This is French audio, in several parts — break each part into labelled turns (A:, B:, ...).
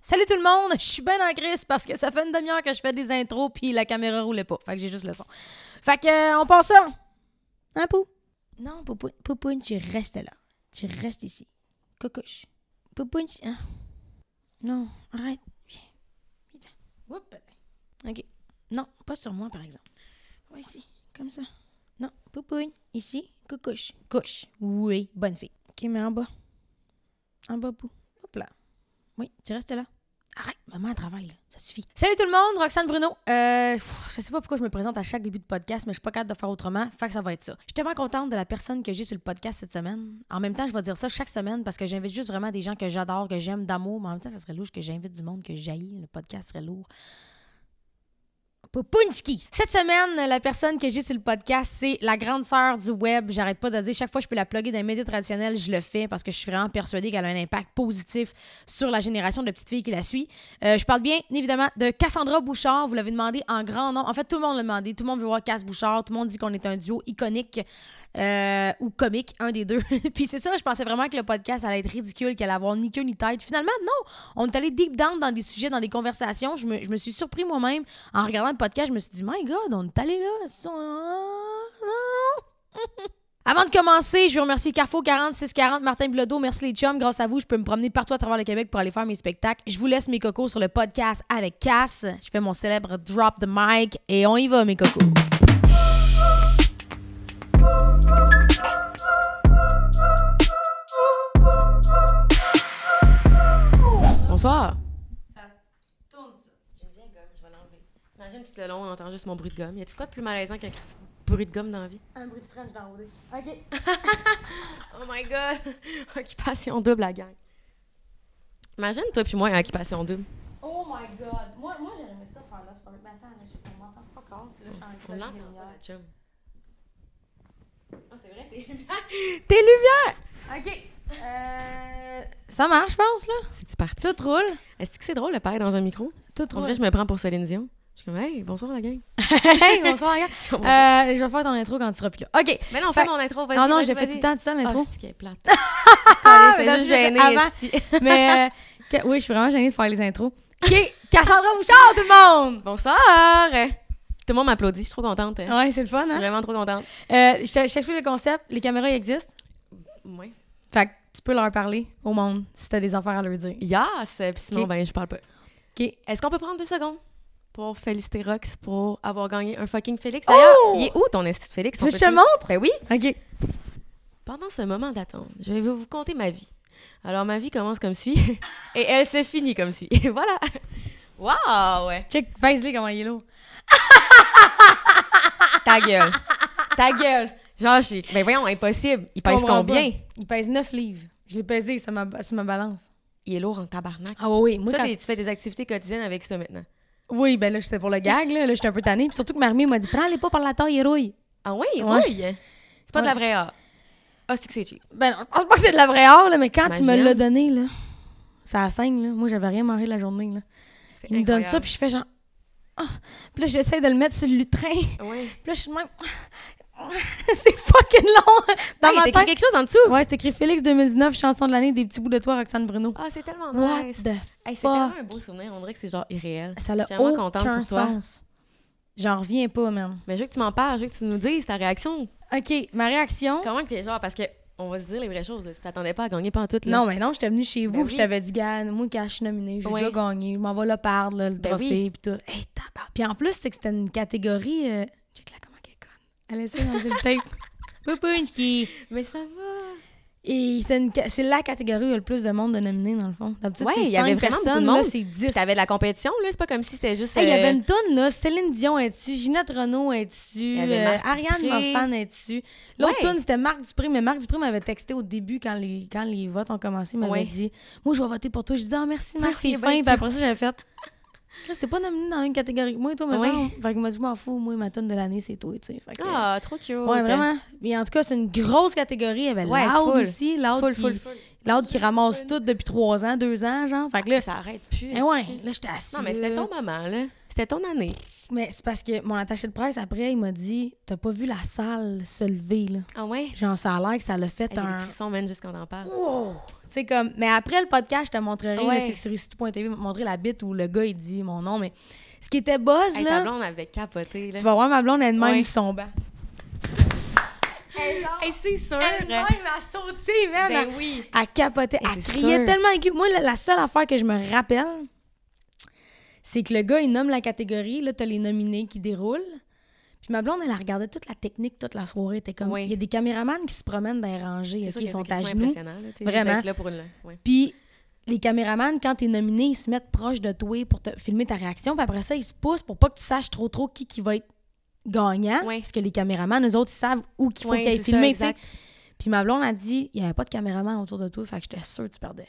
A: Salut tout le monde, je suis bien en crise parce que ça fait une demi-heure que je fais des intros puis la caméra roulait pas. Fait que j'ai juste le son. Fait que euh, on passe ça. Hein, Pou?
B: Non, Poupoune, Poupoune, tu restes là. Tu restes ici. Cocouche. Poupoune, tu... hein? Non, arrête.
A: Oups.
B: Ok. Non, pas sur moi, par exemple. Ouais, ici. Comme ça. Non, Poupoune, ici. Cocouche. Couche. Oui, bonne fille. Ok, mais en bas. En bas, Pou. Hop là. Oui, tu restes là. Arrête, maman, elle travaille, là. Ça suffit.
A: Salut tout le monde, Roxane Bruno. Euh, pff, je sais pas pourquoi je me présente à chaque début de podcast, mais je suis pas capable de faire autrement. Fait que ça va être ça. Je suis tellement contente de la personne que j'ai sur le podcast cette semaine. En même temps, je vais dire ça chaque semaine parce que j'invite juste vraiment des gens que j'adore, que j'aime d'amour. Mais en même temps, ça serait louche que j'invite du monde que j'haïs. Le podcast serait lourd. Poupounski. Cette semaine, la personne que j'ai sur le podcast, c'est la grande sœur du web. J'arrête pas de dire, chaque fois que je peux la plugger dans les médias traditionnels, je le fais parce que je suis vraiment persuadée qu'elle a un impact positif sur la génération de petites filles qui la suit. Euh, je parle bien, évidemment, de Cassandra Bouchard. Vous l'avez demandé en grand nombre. En fait, tout le monde l'a demandé. Tout le monde veut voir Cass Bouchard. Tout le monde dit qu'on est un duo iconique euh, ou comique, un des deux. Puis c'est ça, je pensais vraiment que le podcast allait être ridicule, qu'elle allait avoir ni queue ni tête. Finalement, non! On est allé deep down dans des sujets, dans des conversations. Je me, je me suis surpris moi-même en regardant le podcast. Je me suis dit, my God, on est allé là. ça- non. Avant de commencer, je veux remercier Carrefour 40, 640, Martin Blodeau. Merci les chums. Grâce à vous, je peux me promener partout à travers le Québec pour aller faire mes spectacles. Je vous laisse mes cocos sur le podcast avec Cass. Je fais mon célèbre drop the mic et on y va, mes cocos.
C: Bonsoir. J'aime bien le gomme, je vais l'enlever. Imagine tout le long, on entend juste mon bruit de gomme. Y a-t-il quoi de plus malaisant qu'un Christ- bruit de gomme dans la vie?
A: Un bruit de French dans OK.
C: Oh my god! Occupation double, la gang. Imagine toi puis moi, à occupation double.
A: Oh my god! Moi, moi j'aurais aimé ça faire Love Story. Mais attends, là, je sais pas, on m'entend pas encore. Là, je suis en
C: On
A: train de
C: l'entend
A: cloquer les
C: pas,
A: lumières.
C: le chum. Ah, c'est vrai, tes lumières! tes lumières!
A: Ok! Euh, ça marche, je pense, là.
C: C'est-tu parti?
A: Tout roule.
C: Est-ce que c'est drôle, le père dans un micro?
A: Tout
C: On dirait
A: roule.
C: que je me prends pour Céline Dion. Je suis comme, hey, bonsoir la gang.
A: hey, bonsoir, les gars.
C: Je comprends pas.
A: Euh, je vais faire ton intro quand tu seras plus là. Ok!
C: mais non,
A: fait-
C: fais mon intro, vas-y.
A: Ah non,
C: vas-y,
A: j'ai fait
C: vas-y.
A: tout le temps de ça, l'intro.
C: Ah, c'est qu'elle est plate.
A: mais
C: c'est
A: dans le
C: juste
A: jeu,
C: gêné.
A: avant.
C: esti.
A: Mais euh, que- oui, je suis vraiment gênée de faire les intros. OK, Cassandra Bouchard, tout le monde!
C: Bonsoir! Tout le monde m'applaudit, je suis trop contente. hein.
A: Ouais, c'est le fun,
C: Je suis
A: hein?
C: vraiment trop contente.
A: Euh, je te- je t'explique le concept. Les caméras, ils existent.
C: Oui.
A: Fait que tu peux leur parler au monde si t'as des affaires à leur dire.
C: Yes! euh, Puis sinon,
A: Ok.
C: ben, je parle pas.
A: OK.
C: Est-ce qu'on peut prendre deux secondes pour féliciter Rox pour avoir gagné un fucking Félix? D'ailleurs,
A: Oh!
C: il est où ton esti de Félix?
A: Tu
C: On
A: veux que je te
C: peut-tu-
A: montre?
C: Ben oui!
A: OK.
C: Pendant ce moment d'attente, je vais vous conter ma vie. Alors, ma vie commence comme suit et elle se finit comme suit. voilà! Wow! Ouais.
A: Check, fais-le comment il est lourd.
C: Ta gueule! Ta gueule! Genre, j'ai... Ben voyons, impossible! Il pèse
A: comprends
C: combien?
A: pas. Il pèse 9 livres. Je l'ai pesé, c'est ma, c'est ma balance.
C: Il est lourd en tabarnak.
A: Ah oui, oui. Moi,
C: Toi,
A: quand...
C: t'es- tu fais des activités quotidiennes avec ça maintenant.
A: Oui, ben là, c'était pour le gag, là. Là, j'étais un peu tannée. Puis surtout que Marmé m'a dit, prends-les pas par la taille, il rouille.
C: Ah oui,
A: Ouais.
C: oui. C'est pas de la vraie art. Ah, c'est que c'est cheap.
A: Ben non, je pense pas que c'est de la vraie or, là, mais quand tu me
C: T'imagines?
A: l'as donné, là, ça saigne, là. Moi, j'avais rien mangé de la journée, là.
C: C'est
A: Il me donne ça, puis je fais genre... Ah! Puis là, j'essaie de le mettre sur le lutrin. Puis
C: Ouais.
A: là, je suis de même... ah. c'est fucking long hein, dans
C: Hey,
A: ma
C: t'as écrit
A: tête.
C: quelque chose en dessous.
A: Ouais, c'est écrit Félix 2019, chanson de l'année, des petits bouts de toi, Roxane Bruno.
C: Ah, c'est tellement
A: What
C: nice.
A: the
C: Hey, c'est
A: fuck?
C: tellement un beau souvenir. On dirait que c'est genre irréel.
A: Ça
C: Je
A: n'a
C: suis vraiment contente
A: aucun
C: pour toi.
A: sens. J'en reviens pas, man.
C: Mais je veux que tu m'en parles. Je veux que tu nous dises ta réaction.
A: OK, ma réaction...
C: Comment que t'es genre. Parce que on va se dire les vraies choses. là. Si t'attendais pas à gagner pas en tout. Là.
A: Non, mais non, j'étais venue chez vous,
C: Ben
A: puis je
C: oui.
A: t'avais dit, gars, moi, quand je suis nominée, j'ai
C: Ouais.
A: déjà gagné, je m'en vais là par là, le
C: Ben
A: trophée,
C: oui.
A: puis tout. Hey, tabarnak. Puis en plus, c'est que c'était une catégorie. Euh... Check là comment elle est conne. Elle essaie d'enlever le tape. Poupounchki.
C: Mais ça va.
A: Et c'est une ca- c'est la catégorie où il y a le plus de monde de nominés, dans le fond. D'habitude,
C: Ouais,
A: c'est
C: il y avait
A: cinq
C: vraiment beaucoup de
A: personnes,
C: monde.
A: là, c'est 10.
C: Puis t'avais de la compétition, là. C'est pas comme si c'était juste.
A: Hey, il y
C: euh,
A: avait une tonne, là. Céline Dion est dessus, Ginette Renault est dessus,
C: y avait
A: euh,
C: Marc
A: Ariane
C: Dupré.
A: Moffan est dessus. L'autre
C: Ouais.
A: toune, c'était Marc Dupré, mais Marc Dupré m'avait texté au début quand les, quand les votes ont commencé. Il m'avait
C: Ouais. ben
A: dit Moi, je vais voter pour toi. Je disais Ah, merci, Marc, t'es
C: Il est
A: fin.
C: bien
A: Puis après ça, j'avais fait Chris, t'es pas nominé dans une catégorie. que Moi et toi, me
C: Ouais.
A: semble. Fait qu'il m'a dit Je m'en fous. Moi, ma tonne de l'année, c'est toi, tu sais. Fait que-
C: Ah, trop cute.
A: Ouais, vraiment. Mais en tout cas, c'est une grosse catégorie. Il y avait
C: Ouais,
A: Loud
C: full.
A: aussi. Loud,
C: Full,
A: qui,
C: full, full.
A: Loud qui ramasse tout depuis trois ans, deux ans, genre. Fait que là,
C: Ça arrête plus.
A: eh ouais,
C: esti.
A: là, j'étais assise.
C: Non, mais c'était
A: là.
C: ton moment, là. C'était ton année.
A: Mais c'est parce que mon attaché de presse, après, il m'a dit T'as pas vu la salle se lever, là.
C: Ah ouais.
A: Genre, ça a l'air que ça l'a fait
C: Hey, J'ai des
A: un.
C: frissons, man, juste quand on en parle.
A: Wow! sais, comme, mais après le podcast, je te montrerai, là,
C: Ouais.
A: c'est sur ici.tv, je vais te montrer la bite où le gars, il dit mon nom. Mais ce qui était buzz,
C: Hey, ta
A: là,
C: blonde avait capoté, là.
A: tu vas voir ma blonde elle-même
C: Ouais.
A: son banc.
C: Hey, c'est sûr.
A: Elle-même, elle sauté, man.
C: hein. Ben oui.
A: Elle capotait,
C: Mais
A: elle
C: c'est
A: criait
C: sûr.
A: tellement aigu. Moi, la, la seule affaire que je me rappelle, c'est que le gars, il nomme la catégorie. Là, t'as les nominés qui déroulent. Puis ma blonde, elle regardait toute la technique toute la soirée. Elle était comme, il
C: Oui.
A: y a des caméramans qui se promènent dans les rangées,
C: C'est
A: ok,
C: sûr
A: ils
C: que
A: sont
C: c'est
A: à
C: quelque chose
A: genoux.
C: d'impressionnant, là, tu sais,
A: Vraiment.
C: juste être là pour une... ouais.
A: Puis les caméramans, quand t'es nominé, ils se mettent proche de toi pour te filmer ta réaction. Puis après ça, ils se poussent pour pas que tu saches trop trop qui, qui va être gagnant.
C: Ouais.
A: Parce que les caméramans, eux autres, ils savent où qu'il faut
C: Ouais,
A: qu'ils aillent
C: c'est ça,
A: filmer. tu sais.
C: exact.
A: Puis ma blonde a dit, il n'y avait pas de caméraman autour de toi, fait que j'étais sûre que tu perdais.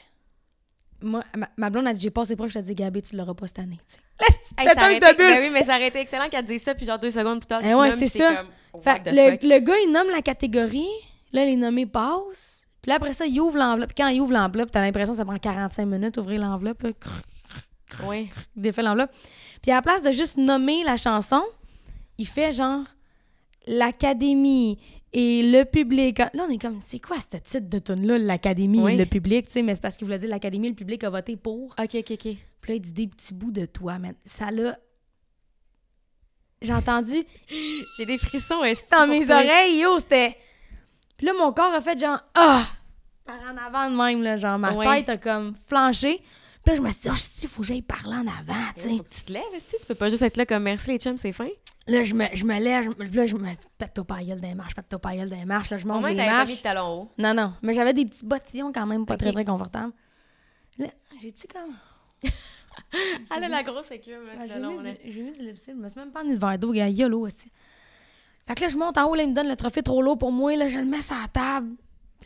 A: Moi, ma, ma blonde a dit, j'ai passé proche, je te dis, Gabé, tu l'auras pas cette année. tu sais.
C: Hey, ça
A: Péteuse
C: aurait
A: de
C: été-
A: bulle.
C: ben oui, mais ça aurait été excellent qu'elle dise ça, puis genre deux secondes plus tard.
A: Eh
C: il
A: ouais,
C: nomme,
A: c'est
C: puis
A: ça.
C: t'es comme,
A: Fait
C: what
A: que
C: the
A: le,
C: fuck.
A: le gars, il nomme la catégorie, là, les nommés passent. Puis là, après ça, il ouvre l'enveloppe. Puis quand il ouvre l'enveloppe, t'as l'impression que ça prend 45 minutes ouvrir l'enveloppe, là, crrr,
C: Ouais.
A: défait l'enveloppe. Puis à la place de juste nommer la chanson, il fait genre l'académie et le public. Ah, Là, on est comme, c'est quoi ce titre de tune là l'académie
C: Oui.
A: et le public, tu sais, mais c'est parce qu'il voulait dire l'académie, le public a voté pour.
C: Ok, ok, ok.
A: Puis là, il dit des petits bouts de toi, man. Ça l'a. J'ai entendu
C: J'ai des frissons est
A: dans mes oreilles, yo, c'était. Puis là, mon corps a fait genre, ah! Par en avant de même, là, genre, ma
C: Ouais.
A: tête a comme flanché. Puis là, je me suis dit, oh, il faut que j'aille parler en avant, tu sais.
C: Faut que tu te lèves, esti, tu peux pas juste être là comme merci les chums, c'est fin.
A: Là, je me, je me lève, je, me- là, je me pète-toi pas la gueule dans les marches, pète-toi pas la gueule dans les marches, là, je monte les marches.
C: talons hauts.
A: Non, non, mais j'avais des petits bottillons quand même pas
C: Ok.
A: très, très confortables. Là, j'ai-tu comme...
C: Elle a la grosse écume, là,
A: Ah,
C: le
A: j'ai
C: talon,
A: mis
C: là.
A: du- J'ai mis de l'ellipsile, je me suis même pas mis de verre d'eau, gars, yolo, aussi. Fait que là, je monte en haut, là, il me donne le trophée trop lourd pour moi, là, je le mets sur la table.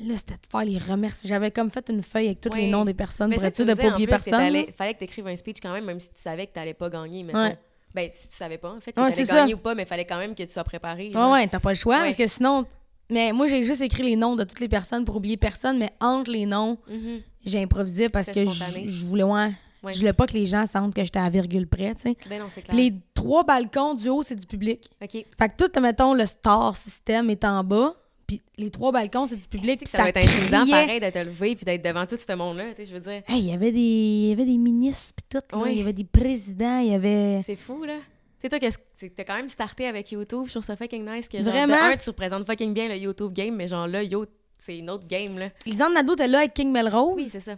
A: Là, c'était de faire les remerciements. J'avais comme fait une feuille avec tous les
C: Ouais.
A: noms des personnes
C: Mais
A: pour
C: ça,
A: être
C: tu
A: sûr
C: me
A: de
C: disais,
A: pas
C: en
A: oublier
C: plus, que
A: personne.
C: t'allais-
A: là.
C: Fallait que t'écrives un speech quand même, même si tu savais que t'allais pas gagner, mettons.
A: Ouais.
C: Ben, si tu savais pas, en fait, que
A: Ouais,
C: t'allais
A: c'est
C: gagner
A: ça.
C: ou pas, mais fallait quand même que tu sois préparé.
A: Ouais,
C: genre.
A: ouais, t'as pas le choix,
C: Ouais.
A: parce que sinon... Mais moi, j'ai juste écrit les noms de toutes les personnes pour oublier personne, mais entre les noms,
C: Mhm.
A: j'ai improvisé parce
C: C'était
A: que
C: spontané.
A: je je voulais ouais,
C: Ouais.
A: je voulais pas que les gens sentent que j'étais à virgule près, tu sais.
C: Ben non, c'est
A: Puis
C: clair.
A: les trois balcons du haut, c'est du public.
C: Ok.
A: Fait que tout, mettons, le star system est en bas, puis les trois balcons, c'est du public,
C: Tu sais que
A: puis
C: Ça,
A: ça,
C: va être intimidant,
A: criait.
C: pareil, d'être levé puis d'être devant tout ce monde-là, tu sais, je veux dire.
A: Hey, il y avait des il y avait des ministres puis tout là,
C: Ouais.
A: il y avait des présidents, il y avait
C: C'est fou, là. Tu sais, toi, qu'est-ce- t'sais, t'as quand même starté avec YouTube. Je trouve ça fucking nice. Que, genre,
A: Vraiment?
C: de un, tu représentes fucking bien le YouTube game, mais genre là, yo, c'est une autre game, là.
A: Lisanne Nadeau était là avec King Melrose.
C: Oui, c'est ça.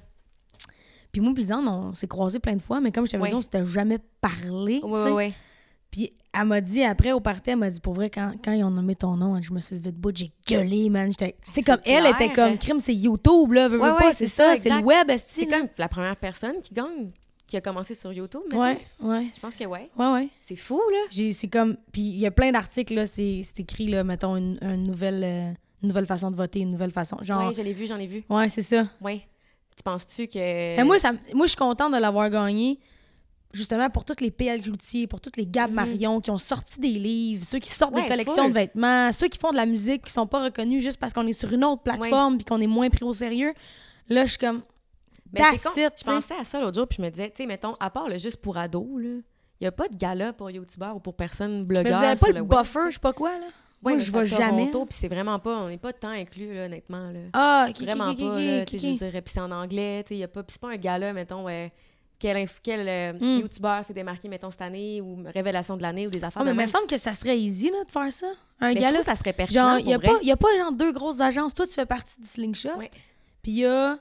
A: Puis moi, puis Lisanne, on s'est croisés plein de fois, mais comme je t'avais
C: Ouais.
A: dit, on s'était jamais parlé, tu
C: Ouais,
A: sais.
C: ouais, ouais.
A: Puis elle m'a dit après au party, elle m'a dit pour vrai quand, quand ils ont nommé ton nom, elle dit, je me suis levée debout, j'ai gueulé man, J'étais- tu sais comme elle
C: Ah, clair.
A: était comme crime c'est YouTube là, veux, veux
C: Ouais, ouais,
A: pas, c'est
C: c'est
A: ça,
C: ça,
A: c'est le
C: exact.
A: web
C: C'est
A: esti.
C: comme la première personne qui gagne, qui a commencé sur YouTube. mettons.
A: Ouais, ouais.
C: Je pense que ouais.
A: Ouais ouais.
C: C'est fou, là.
A: J'ai c'est comme puis il y a plein d'articles là, c'est c'est écrit là mettons une, une nouvelle euh, une nouvelle façon de voter, une nouvelle façon genre
C: Ouais, je l'ai vu, j'en ai vu.
A: Ouais, c'est ça.
C: Ouais. Tu penses-tu que.
A: Mais Ben, moi ça moi je suis contente de l'avoir gagné. Justement, pour toutes les PL Cloutier, pour toutes les Gab
C: Mhm.
A: Marion qui ont sorti des livres, ceux qui sortent des
C: Ouais,
A: collections
C: full.
A: de vêtements, ceux qui font de la musique, qui sont pas reconnus juste parce qu'on est sur une autre plateforme puis qu'on est moins pris au sérieux. Là, je suis comme,
C: Ben,
A: that's
C: c'est con.
A: it, tu
C: Je
A: sais.
C: pensais à ça l'autre jour, puis je me disais, tu sais, mettons, à part le juste pour ados, là. Il n'y a pas de gala pour youtubeurs ou pour personne
A: mais
C: blogueur.
A: vous avez pas
C: sur
A: le,
C: web,
A: buffer,
C: tu sais.
A: je sais pas quoi, là.
C: Ouais,
A: Moi,
C: mais
A: je
C: c'est à
A: vais jamais.
C: Toronto, puis c'est vraiment pas, on n'est pas tant inclus, là, honnêtement. Là.
A: Ah, ok, ok,
C: vraiment
A: ok,
C: pas,
A: ok,
C: là,
A: ok,
C: tu sais,
A: ok. Ah,
C: je veux dire. Puis c'est en anglais, tu sais, y a pas, puis c'est pas un gala, mettons, euh, quel, inf- quel euh,
A: Mm.
C: youtubeur s'est démarqué, mettons, cette année, ou révélation de l'année, ou des affaires
A: Ah, mais
C: de
A: il me
C: même.
A: semble que ça serait easy, là, de faire ça. Un
C: Mais je
A: gala.
C: trouve que ça serait
A: Genre,
C: pertinent,
A: il
C: pour
A: n'y a,
C: vrai.
A: pas- y a pas genre deux grosses agences. Toi, tu fais partie du Slingshot.
C: Ouais.
A: Puis il y a,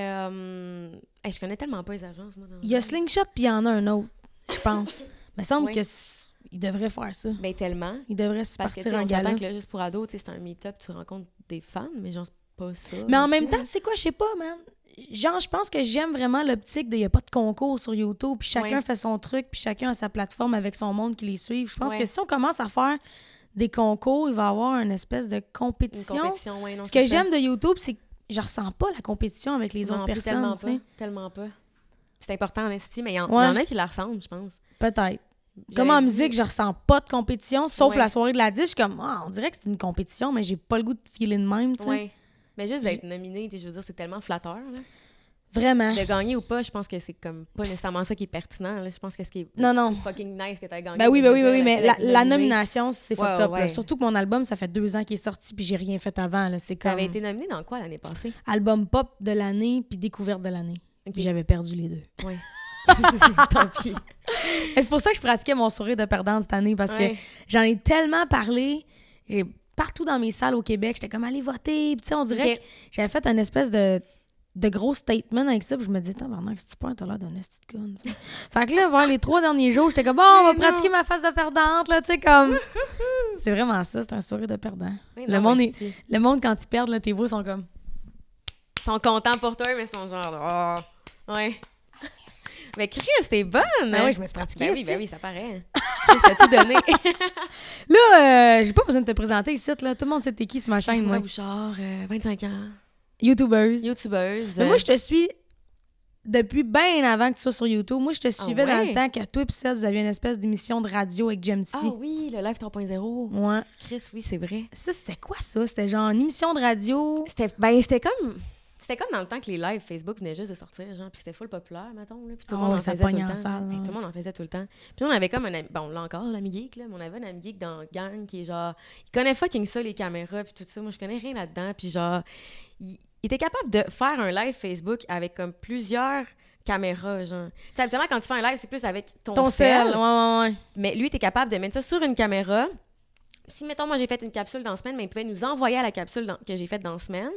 C: Euh, hey, je connais tellement pas les agences, moi. Dans...
A: y a Slingshot, puis il y en a un autre, je pense. me semble
C: Ouais.
A: que c- ils devraient faire ça.
C: Ben, tellement.
A: Ils devraient se
C: Parce que, tu
A: partir
C: sais,
A: en
C: on
A: gala.
C: s'entend que là, juste pour ados, tu sais, c'est un meet-up, tu rencontres des fans, mais genre, c'est pas ça.
A: Mais en
C: non
A: même
C: plus,
A: temps, c'est quoi, je sais pas, man. Genre, je pense que j'aime vraiment l'optique de il n'y a pas de concours sur YouTube, puis chacun
C: Ouais.
A: fait son truc, puis chacun a sa plateforme avec son monde qui les suit. Je pense
C: Ouais.
A: que si on commence à faire des concours, il va y avoir une espèce de
C: là. Une
A: compétition.
C: compétition, ouais, non,
A: Ce
C: c'est
A: que
C: ça.
A: j'aime de YouTube, c'est que je ressens pas la compétition avec les
C: Non,
A: autres
C: plus,
A: personnes.
C: Tellement
A: tu sais.
C: pas. Tellement pas. C'est important en estime, mais il y, en il y
A: Ouais.
C: en a qui la ressemblent, je pense.
A: Peut-être.
C: J'avais
A: Comme en
C: vu-
A: musique, je ressens pas de compétition, sauf
C: Ouais.
A: la soirée de la 10. Je suis comme, Ah, on dirait que c'est une compétition, mais j'ai pas le goût de filer de même. tu sais.
C: Ouais. Mais juste d'être nominé, tu sais, je veux dire, c'est tellement flatteur. là.
A: Vraiment.
C: De gagner ou pas, je pense que c'est comme pas nécessairement ça qui est pertinent. là. Je pense que ce qui est
A: Non, non.
C: c'est fucking nice que t'as gagné.
A: Ben oui, ben oui, ben oui,
C: Je veux
A: mais
C: dire,
A: la, la
C: nominée-
A: nomination, c'est
C: Ouais,
A: fucked up. là.
C: ouais.
A: Surtout que mon album, ça fait deux ans qu'il est sorti, puis j'ai rien fait avant. là. C'est comme
C: T'avais été nominée dans quoi l'année passée?
A: album pop de l'année, puis découverte de l'année.
C: Ok.
A: Puis j'avais perdu les deux.
C: Oui. Tant pis.
A: Et c'est pour ça que je pratiquais mon sourire de perdant cette année, parce que
C: Ouais.
A: j'en ai tellement parlé. J'ai partout dans mes salles au Québec, j'étais comme allez voter. Puis tu sais, on dirait
C: Ok.
A: que j'avais fait un espèce de de gros statement avec ça, puis je me disais, tabarnak, si tu perds, t'as l'air d'un esti de con. tu sais. fait que là, vers les trois derniers jours, j'étais comme, bon, on va
C: Mais non.
A: pratiquer ma face de perdante, là, tu sais, comme. c'est vraiment ça, c'est un sourire de perdant.
C: Oui,
A: Le
C: non,
A: monde
C: mais
A: est-
C: si.
A: Le monde, quand ils perdent, là, tes voix sont comme,
C: Ils sont contents pour toi, mais ils sont genre. Oh. Ouais. Mais Chris, t'es bonne!
A: ah ouais, je me suis pratiquée.
C: Ben oui,
A: esti.
C: ben oui, ça paraît. Chris, t'as tout donné.
A: Là, euh, j'ai pas besoin de te présenter ici, là. Tout le monde sait t'es qui sur ma chaîne, moi.
C: Moi, Bouchard, euh, 25 ans.
A: YouTubeuse.
C: YouTubeuse. euh,
A: Mais moi, je te suis depuis bien avant que tu sois sur YouTube. Moi, je te suivais dans
C: Ah ouais?
A: le temps que toi et Seth, vous aviez une espèce d'émission de radio avec James C.
C: Ah oui, le live 3.0.
A: Ouais.
C: Chris, oui, c'est vrai.
A: Ça, c'était quoi ça? C'était genre une émission de radio.
C: C'était ben c'était comme c'était comme dans le temps que les lives Facebook venaient juste de sortir genre puis c'était full populaire mettons là puis tout
A: Ah
C: le monde
A: ouais,
C: en
A: ça
C: faisait tout
A: pogne
C: le
A: en
C: temps.
A: salle, hein.
C: Hey,
A: là.
C: tout le monde en faisait tout le temps. Puis on avait comme un ami, bon là encore l'ami geek là, mais on avait un ami geek dans la gang qui est genre il connaît fucking ça les caméras puis tout ça. Moi je connais rien là-dedans puis genre il, il était capable de faire un live Facebook avec comme plusieurs caméras genre. Tu sais habituellement quand tu fais un live c'est plus avec ton,
A: Ton
C: cell,
A: sel. Ouais, ouais, ouais.
C: mais lui, t'es capable de mettre ça sur une caméra. Si, mettons, moi, j'ai fait une capsule dans la semaine, mais il pouvait nous envoyer à la capsule dans- que j'ai faite dans la semaine,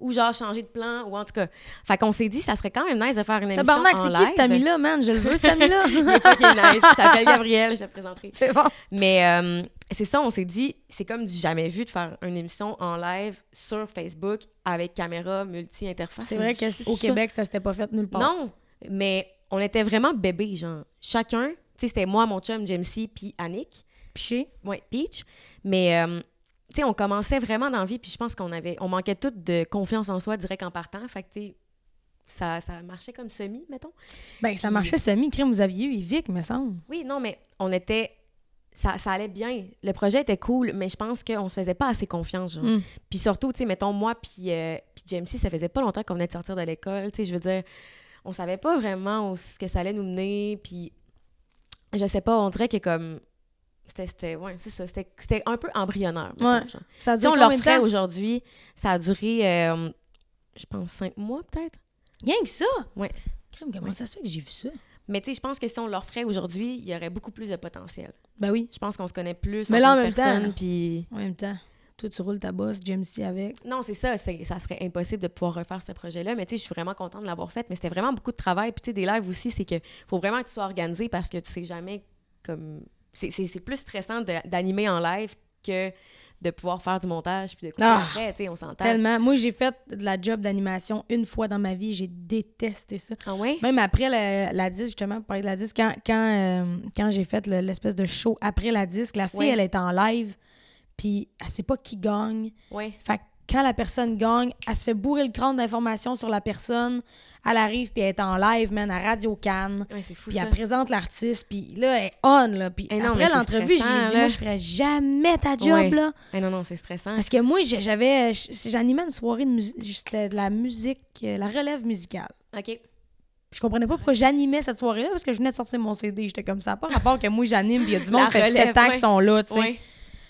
C: ou genre changer de plan, ou en tout cas. Fait qu'on s'est dit, ça serait quand même nice de faire une émission
A: Tabarnak,
C: en
A: c'est
C: live.
A: qui cet ami-là, man? Je le veux, cet ami-là.
C: Il est fucking nice. Il s'appelle Gabriel, je te le présenterai.
A: c'est bon.
C: Mais euh, c'est ça, on s'est dit, c'est comme du jamais vu de faire une émission en live sur Facebook avec caméra multi-interface.
A: C'est vrai qu'au
C: Ça.
A: Québec, ça s'était pas fait nulle part.
C: Non, mais on était vraiment bébés, genre. Chacun, tu sais, c'était moi, mon chum, Jamesy, puis Annick.
A: Piché.
C: Ouais, Peach. Mais, euh, tu sais, on commençait vraiment dans la vie, puis je pense qu'on avait, on manquait toutes de confiance en soi direct en partant. Fait que, tu sais, ça, ça marchait comme semi, mettons.
A: Ben, ça
C: Puis-
A: marchait semi-crime. Vous aviez eu Evic, me semble.
C: Oui, non, mais on était. Ça, ça allait bien. Le projet était cool, mais je pense qu'on se faisait pas assez confiance. genre.
A: Mm.
C: Puis surtout, tu sais, mettons, moi, puis euh, puis Jamesy, ça faisait pas longtemps qu'on venait de sortir de l'école. Tu sais, je veux dire, on savait pas vraiment où- ce que ça allait nous mener. Puis, je sais pas, on dirait que comme. C'était, c'était- ouais, c'est ça. C'était, c'était un peu embryonnaire. mettons,
A: Ouais.
C: genre.
A: Ça a
C: Si
A: duré
C: on leur
A: combien de
C: ferait
A: temps?
C: aujourd'hui, ça a duré, euh, je pense, cinq mois peut-être.
A: Rien que ça?
C: Ouais.
A: Crime, comment ça se fait que j'ai vu ça?
C: Mais tu sais, je pense que si on leur ferait aujourd'hui, il y aurait beaucoup plus de potentiel.
A: Ben oui.
C: Je pense qu'on se connaît plus.
A: Mais là, en
C: en tant que
A: même
C: personne,
A: temps-
C: Puis...
A: En même temps, toi, tu roules ta bosse, James C. avec.
C: Non, c'est ça. c'est- Ça serait impossible de pouvoir refaire ce projet-là. Mais tu sais, je suis vraiment contente de l'avoir fait. Mais c'était vraiment beaucoup de travail. Puis tu sais, des lives aussi, c'est que faut vraiment que tu sois organisé parce que tu sais jamais comme. C'est- C'est c'est plus stressant de- d'animer en live que de pouvoir faire du montage puis de couper
A: Ah!
C: après. Tu sais, on s'entend.
A: Tellement. Moi, j'ai fait de la job d'animation une fois dans ma vie. J'ai détesté ça.
C: Ah ouais?
A: Même après la, la disque, justement, pour parler de la disque, quand, quand, euh, quand j'ai fait le- l'espèce de show après la disque, la fille,
C: Ouais.
A: elle est en live, puis elle sait pas qui gagne.
C: Ouais.
A: Fait que quand la personne gagne, elle se fait bourrer le crâne d'informations sur la personne. Elle arrive, puis elle est en live, man, à Radio Cannes.
C: Ouais, c'est fou
A: Puis
C: ça.
A: elle présente l'artiste, puis là, elle est on, là. Puis
C: Eh non, mais
A: après
C: c'est
A: l'entrevue, j'ai
C: stressant,
A: dit,
C: là.
A: moi, je ferais jamais ta job,
C: Ouais.
A: là.
C: Eh non, non, c'est stressant.
A: Parce que moi, j'ai- j'avais... J'animais une soirée de musique... C'était de la musique, euh, la relève musicale.
C: OK.
A: Puis je comprenais pas pourquoi j'animais cette soirée-là parce que je venais de sortir mon CD. J'étais comme ça. Pas rapport que moi j'anime, puis il y a du monde
C: La
A: qui fait
C: relève,
A: 7 ans
C: ouais.
A: qui sont là, tu sais.
C: Ouais.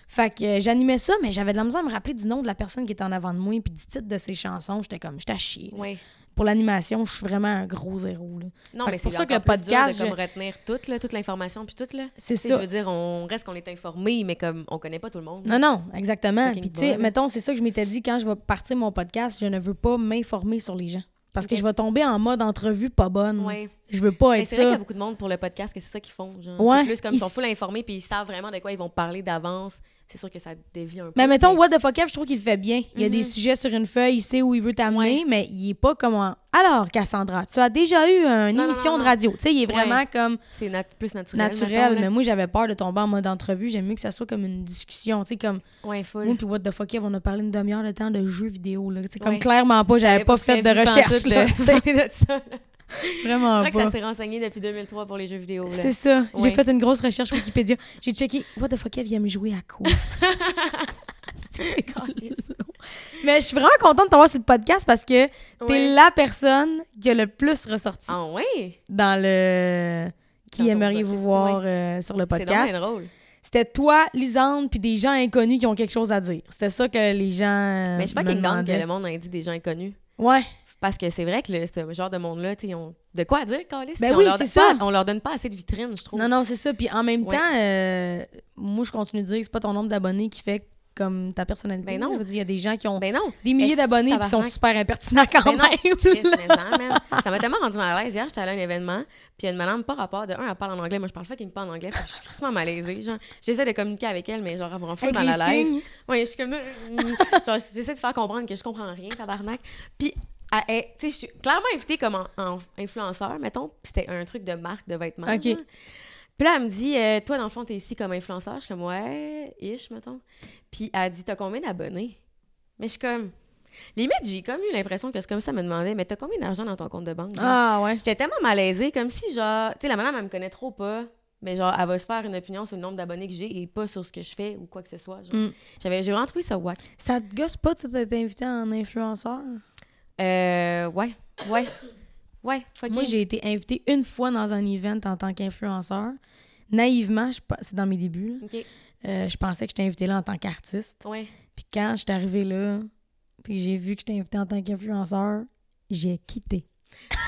A: Fait que euh, j'animais ça, mais j'avais de la misère à me rappeler du nom de la personne qui était en avant de moi, puis du titre de ses chansons. J'étais comme, j'étais à chier.
C: Ouais.
A: Pour l'animation, je suis vraiment un gros zéro. là.
C: Non,
A: Fait
C: mais
A: que c'est pour
C: c'est
A: ça que le
C: encore plus dur
A: podcast,
C: de
A: je-
C: comme retenir toute là, toute l'information puis toute là.
A: C'est
C: Tu sais, je
A: ça.
C: veux dire, on reste qu'on est informé, mais comme on connaît pas tout le monde.
A: Non, non, exactement.
C: Fucking
A: Puis, tu sais,
C: bug.
A: mettons, c'est ça que je m'étais dit quand je vais partir mon podcast, je ne veux pas m'informer sur les gens. Parce
C: Ok.
A: que je vais tomber en mode entrevue pas bonne.
C: Ouais.
A: Je veux pas
C: Mais
A: être
C: c'est vrai qu'il y
A: ça.
C: a beaucoup de monde pour le podcast que c'est ça qu'ils font. genre.
A: Ouais,
C: c'est plus comme
A: ils
C: ils sont
A: s-
C: full informés puis ils savent vraiment de quoi ils vont parler d'avance. C'est sûr que ça dévie un peu.
A: Mais mettons, What the fuck F, je trouve qu'il le fait bien. Il y a des
C: Mhm.
A: sujets sur une feuille, il sait où il veut t'amener, mais il est pas comme en... Alors, Cassandra, tu as déjà eu une
C: Non, non,
A: émission
C: non,
A: de
C: non.
A: radio. Tu sais, il est vraiment comme
C: c'est nat- plus naturel.
A: naturel,
C: mettons,
A: mais
C: là.
A: moi, j'avais peur de tomber en mode entrevue. J'aime mieux que ça soit comme une discussion. Tu sais, comme
C: Ouais,
A: moi
C: full.
A: puis What the fuck F, on a parlé une demi-heure de temps de jeux vidéo. là. Tu sais, comme
C: Ouais.
A: clairement pas, j'avais pas fait de recherche. là, tu sais,
C: C'est
A: vraiment
C: vrai que ça
A: pas.
C: s'est renseigné depuis 2003 pour les jeux vidéo. là.
A: C'est ça. J'ai
C: Ouais.
A: fait une grosse recherche Wikipédia. J'ai checké What the fuck F, il aime jouer à quoi? C'est- c'est-
C: Caliste.
A: Mais je suis vraiment contente de t'avoir sur le podcast parce que t'es
C: Ouais.
A: la personne qui a le plus ressorti
C: Ah ouais?
A: dans le... Qui
C: Dans ton
A: aimeriez-vous
C: podcast,
A: voir
C: ouais.
A: euh, sur le
C: C'est hein. donc
A: podcast? Euh,
C: bien drôle.
A: C'était toi, Lisande, puis des gens inconnus qui ont quelque chose à dire. C'était ça que les gens. euh,
C: Mais je suis
A: me
C: fucking down que
A: demandaient.
C: le monde a dit des gens inconnus.
A: Ouais.
C: Parce que c'est vrai que le- ce genre de monde-là, tu sais, ils ont de quoi dire, Carlis.
A: Ben
C: puis on
A: oui,
C: leur
A: c'est
C: donne
A: ça.
C: pas- on leur donne pas assez de vitrines, je trouve.
A: Non, non, c'est ça. Puis en même
C: Ouais.
A: temps, euh, moi, je continue de dire que c'est pas ton nombre d'abonnés qui fait comme ta personnalité.
C: Ben non.
A: Je veux dire, il y a des gens qui ont
C: Ben non.
A: des milliers
C: Est-ce
A: d'abonnés qui sont
C: tabarnak?
A: super impertinents quand
C: Ben non,
A: même.
C: Chris,
A: là.
C: mais non, man. Ça m'a tellement rendu mal à l'aise. Hier, j'étais allée à un événement, puis il y a une madame pas rapport. De un, elle parle en anglais. Moi, je parle fucking pas en anglais. puis je suis crissement malaisée. Genre, j'essaie de communiquer avec elle, mais genre, elle me rend full
A: Avec
C: mal à
A: les
C: l'aise.
A: signes.
C: Oui, je suis comme. euh, Genre, j'essaie de faire comprendre que je comprends rien, tabarnak. Puis, elle- elle- tu sais, je suis clairement invitée comme en, en influenceur, mettons. Puis c'était un truc de marque, de vêtements.
A: Ok.
C: genre. Puis là, elle me dit, euh, toi, dans le fond, t'es ici comme influenceur. Je suis comme, ouais, ish, mettons. Puis elle dit, t'as combien d'abonnés? Mais je suis comme. Limite, j'ai comme eu l'impression que c'est comme ça, elle me demandait, mais t'as combien d'argent dans ton compte de banque? genre?
A: Ah, ouais.
C: J'étais tellement malaisée, comme si, genre, tu sais, la madame, elle me connaît trop pas, mais genre, elle va se faire une opinion sur le nombre d'abonnés que j'ai et pas sur ce que je fais ou quoi que ce soit. genre.
A: Mm.
C: J'avais, j'ai vraiment trouvé ça wack.
A: Ça te gosse pas, toi, d'être invité en influenceur?
C: Euh, ouais, ouais, ouais, fucking.
A: Moi, j'ai été invitée une fois dans un event en tant qu'influenceur. Naïvement, je pe- c'est dans mes débuts, là.
C: Ok,
A: Euh, je pensais que j'étais invitée là en tant qu'artiste.
C: ouais.
A: Puis quand je suis arrivée là, puis j'ai vu que j'étais invitée en tant qu'influenceur, j'ai quitté.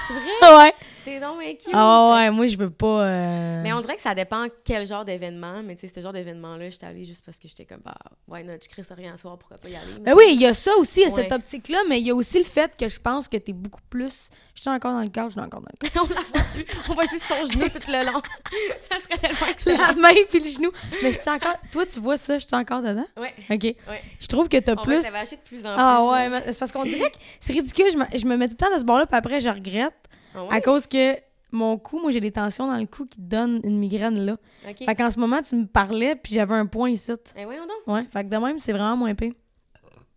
C: C'est vrai,
A: ouais.
C: t'es donc bien cute.
A: Ah ouais, moi je veux pas. euh,
C: Mais on dirait que ça dépend quel genre d'événement, mais tu sais, ce genre d'événement-là, j'étais allée juste parce que j'étais comme, bah, ouais, non, tu crées ça rien à soir, pourquoi pas y aller?
A: Ben oui, il y a ça aussi, il y a cette
C: Ouais.
A: optique-là, mais il y a aussi le fait que je pense que t'es beaucoup plus. Je suis encore dans le cadre, je suis encore dans le cadre.
C: on la voit plus, on voit juste son genou tout le long. ça serait tellement excellent.
A: La main puis le genou. Mais je suis encore. Toi, tu vois ça, je suis encore dedans?
C: Ouais,
A: OK. Je trouve que t'as
C: on va
A: plus.
C: s'avacher de plus en plus. euh,
A: Ah
C: genre.
A: ouais, mais c'est parce qu'on dirait que c'est ridicule. Je me, je me mets tout le temps dans ce bord-là, puis après, je regrette
C: Ah
A: à cause que mon cou, moi, j'ai des tensions dans le cou qui te donnent une migraine là.
C: ouais? Ok.
A: Fait qu'en ce moment, tu me parlais, puis j'avais un point ici.
C: Eh voyons donc.
A: Ouais, fait que de même, c'est vraiment moins pire.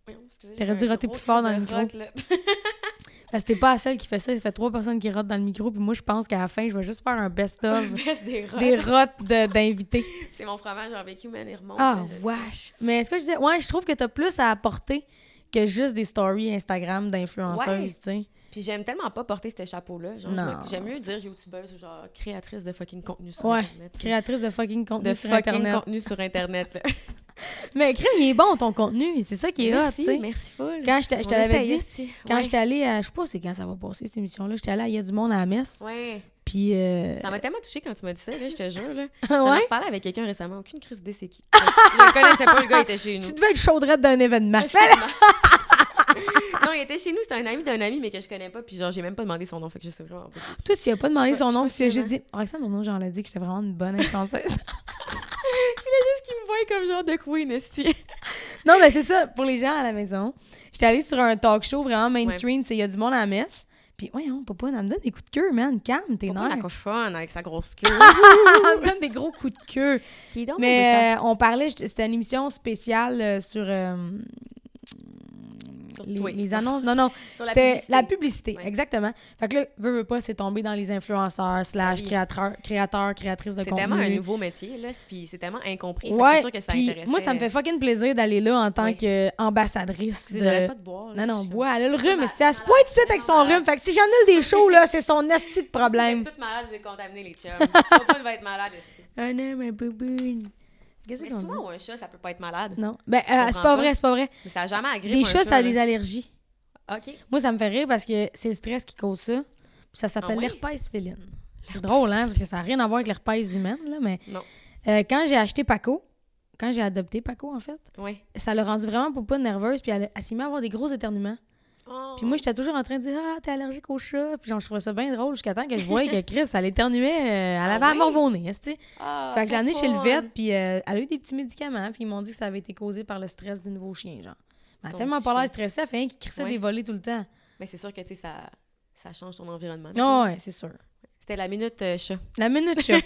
C: Voyons, excusez,
A: T'aurais dû
C: j'ai un
A: roter
C: gros
A: plus fort
C: crise
A: dans le
C: de
A: micro.
C: rotte, là.
A: Parce que t'es pas la seule qui fait ça. Il fait trois personnes qui rotent dans le micro. Puis moi, je pense qu'à la fin, je vais juste faire un best-of
C: Baisse des rottes.
A: des rotes de- d'invités.
C: C'est mon fromage en vécu, man, il remonte.
A: Ah,
C: là, je sais.
A: wesh. Mais est-ce que je disais, ouais, je trouve que t'as plus à apporter que juste des stories Instagram d'influenceuses,
C: Ouais.
A: tu sais.
C: Puis j'aime tellement pas porter ce chapeau-là. genre, je
A: Non.
C: me- J'aime mieux dire youtubeuse ou genre créatrice de fucking contenu sur
A: Ouais,
C: Internet. tu sais.
A: Créatrice de fucking contenu
C: De
A: sur
C: fucking
A: Internet.
C: contenu sur Internet. là.
A: Mais crème, il est bon ton contenu. C'est ça qui est hot, tu
C: merci,
A: sais.
C: merci full.
A: Quand je t'a- je
C: On
A: te l'avais
C: essayait,
A: dit,
C: si.
A: quand
C: ouais.
A: j'étais allée à, je sais pas c'est quand ça va passer cette émission-là, j'étais allée à Il y a du monde à la messe.
C: Ouais.
A: Puis. euh,
C: Ça m'a tellement touchée quand tu m'as dit ça, là, je te jure. Là.
A: Ah
C: J'en
A: ouais?
C: ai parlé avec quelqu'un récemment, aucune crise d'idée c'est qui. Je le connaissais pas, le gars était chez nous.
A: Tu devais être chaudrette d'un événement.
C: Absolument. non, il était chez nous, c'était un ami d'un ami, mais que je connais pas, puis genre, j'ai même pas demandé son nom, fait que je sais vraiment pas. c'est qui.
A: Toi, tu as pas demandé
C: Je suis
A: son
C: pas-
A: nom,
C: je
A: puis tu
C: suis
A: as juste
C: pas
A: dit, par exemple, mon nom, j'en ai dit que j'étais vraiment une bonne influenceuse.
C: Qu'est-ce qu'il me voit comme genre de queen, esti?
A: non, mais c'est ça, pour les gens à la maison. J'étais allée sur un talk show vraiment mainstream, c'est il y a du monde à la messe. Puis, ouais, on peut pas, elle me donne des coups de queue, man, calme, t'es
C: Pourquoi
A: nerfs.
C: la
A: Elle
C: cochonne avec sa grosse queue?
A: me donne des gros coups de queue.
C: Qui est Ah! donc
A: mais euh, on parlait, j'étais- c'était une émission spéciale euh, sur euh,
C: méchante sur
A: les,
C: toi.
A: les annonces. Non, non,
C: Sur la
A: c'était
C: publicité.
A: la publicité,
C: Ouais.
A: exactement. Fait que là, veux, veux pas, c'est tombé dans les influenceurs, slash
C: Oui.
A: créateurs, créateurs, créatrices de
C: C'est
A: contenu.
C: tellement un nouveau métier, là, c'est- puis c'est tellement incompris. fait que
A: Ouais,
C: c'est sûr que ça
A: puis
C: intéressait.
A: moi, ça me fait fucking plaisir d'aller là en tant
C: Ouais.
A: qu'ambassadrice.
C: Excusez, j'arrête
A: De...
C: pas de boire. là,
A: Non, non,
C: je suis
A: bois, elle a le rhume.
C: Ma-
A: si elle se
C: malade,
A: pointe ici avec son
C: malade.
A: rhume. Fait que si j'en ai des shows, là, c'est son asti de
C: comme-
A: problème.
C: Vous êtes toutes malades, je vais contaminer les chums. Faut pas va être malade, esti.
A: Un homme, un bouboune. Qu'est-ce
C: Mais
A: qu'on
C: c'est
A: dit?
C: toi ou un chat, ça peut pas être malade.
A: Non. Ben, euh, c'est
C: comprends
A: pas
C: pas.
A: vrai, c'est pas vrai.
C: Mais ça a jamais agréé.
A: Des
C: un
A: chats, ça a
C: là.
A: des allergies.
C: OK.
A: Moi, ça me fait rire parce que c'est le stress qui cause ça. Puis ça s'appelle
C: Ah oui?
A: l'herpès féline. C'est drôle, hein, parce que ça n'a rien à voir avec l'herpès humaine, là, mais...
C: Non.
A: Euh, quand j'ai acheté Paco, quand j'ai adopté Paco, en fait,
C: Ouais.
A: ça l'a rendu vraiment pas nerveuse, puis elle, elle s'est mise à avoir des gros éternuements. Puis moi, j'étais toujours en train de dire Ah, t'es allergique au chat. Puis genre, je trouvais ça bien drôle jusqu'à temps que je voyais que Chris, elle éternuait, euh, elle
C: Ah
A: avait un
C: oui?
A: morvonné. Fait
C: Ah,
A: que je l'ai amenée chez le
C: popcorn.
A: vet, puis euh, elle a eu des petits médicaments, puis ils m'ont dit que ça avait été causé par le stress du nouveau chien, genre. Mais elle a
C: Ton
A: tellement
C: petit
A: pas l'air
C: chien.
A: stressée, elle fait rien qui crissait
C: Ouais. Ah,
A: des volets tout le temps.
C: Mais c'est sûr que, tu sais, ça, ça change ton environnement.
A: Ah ouais, c'est sûr.
C: C'était la minute euh, chat.
A: La minute chat.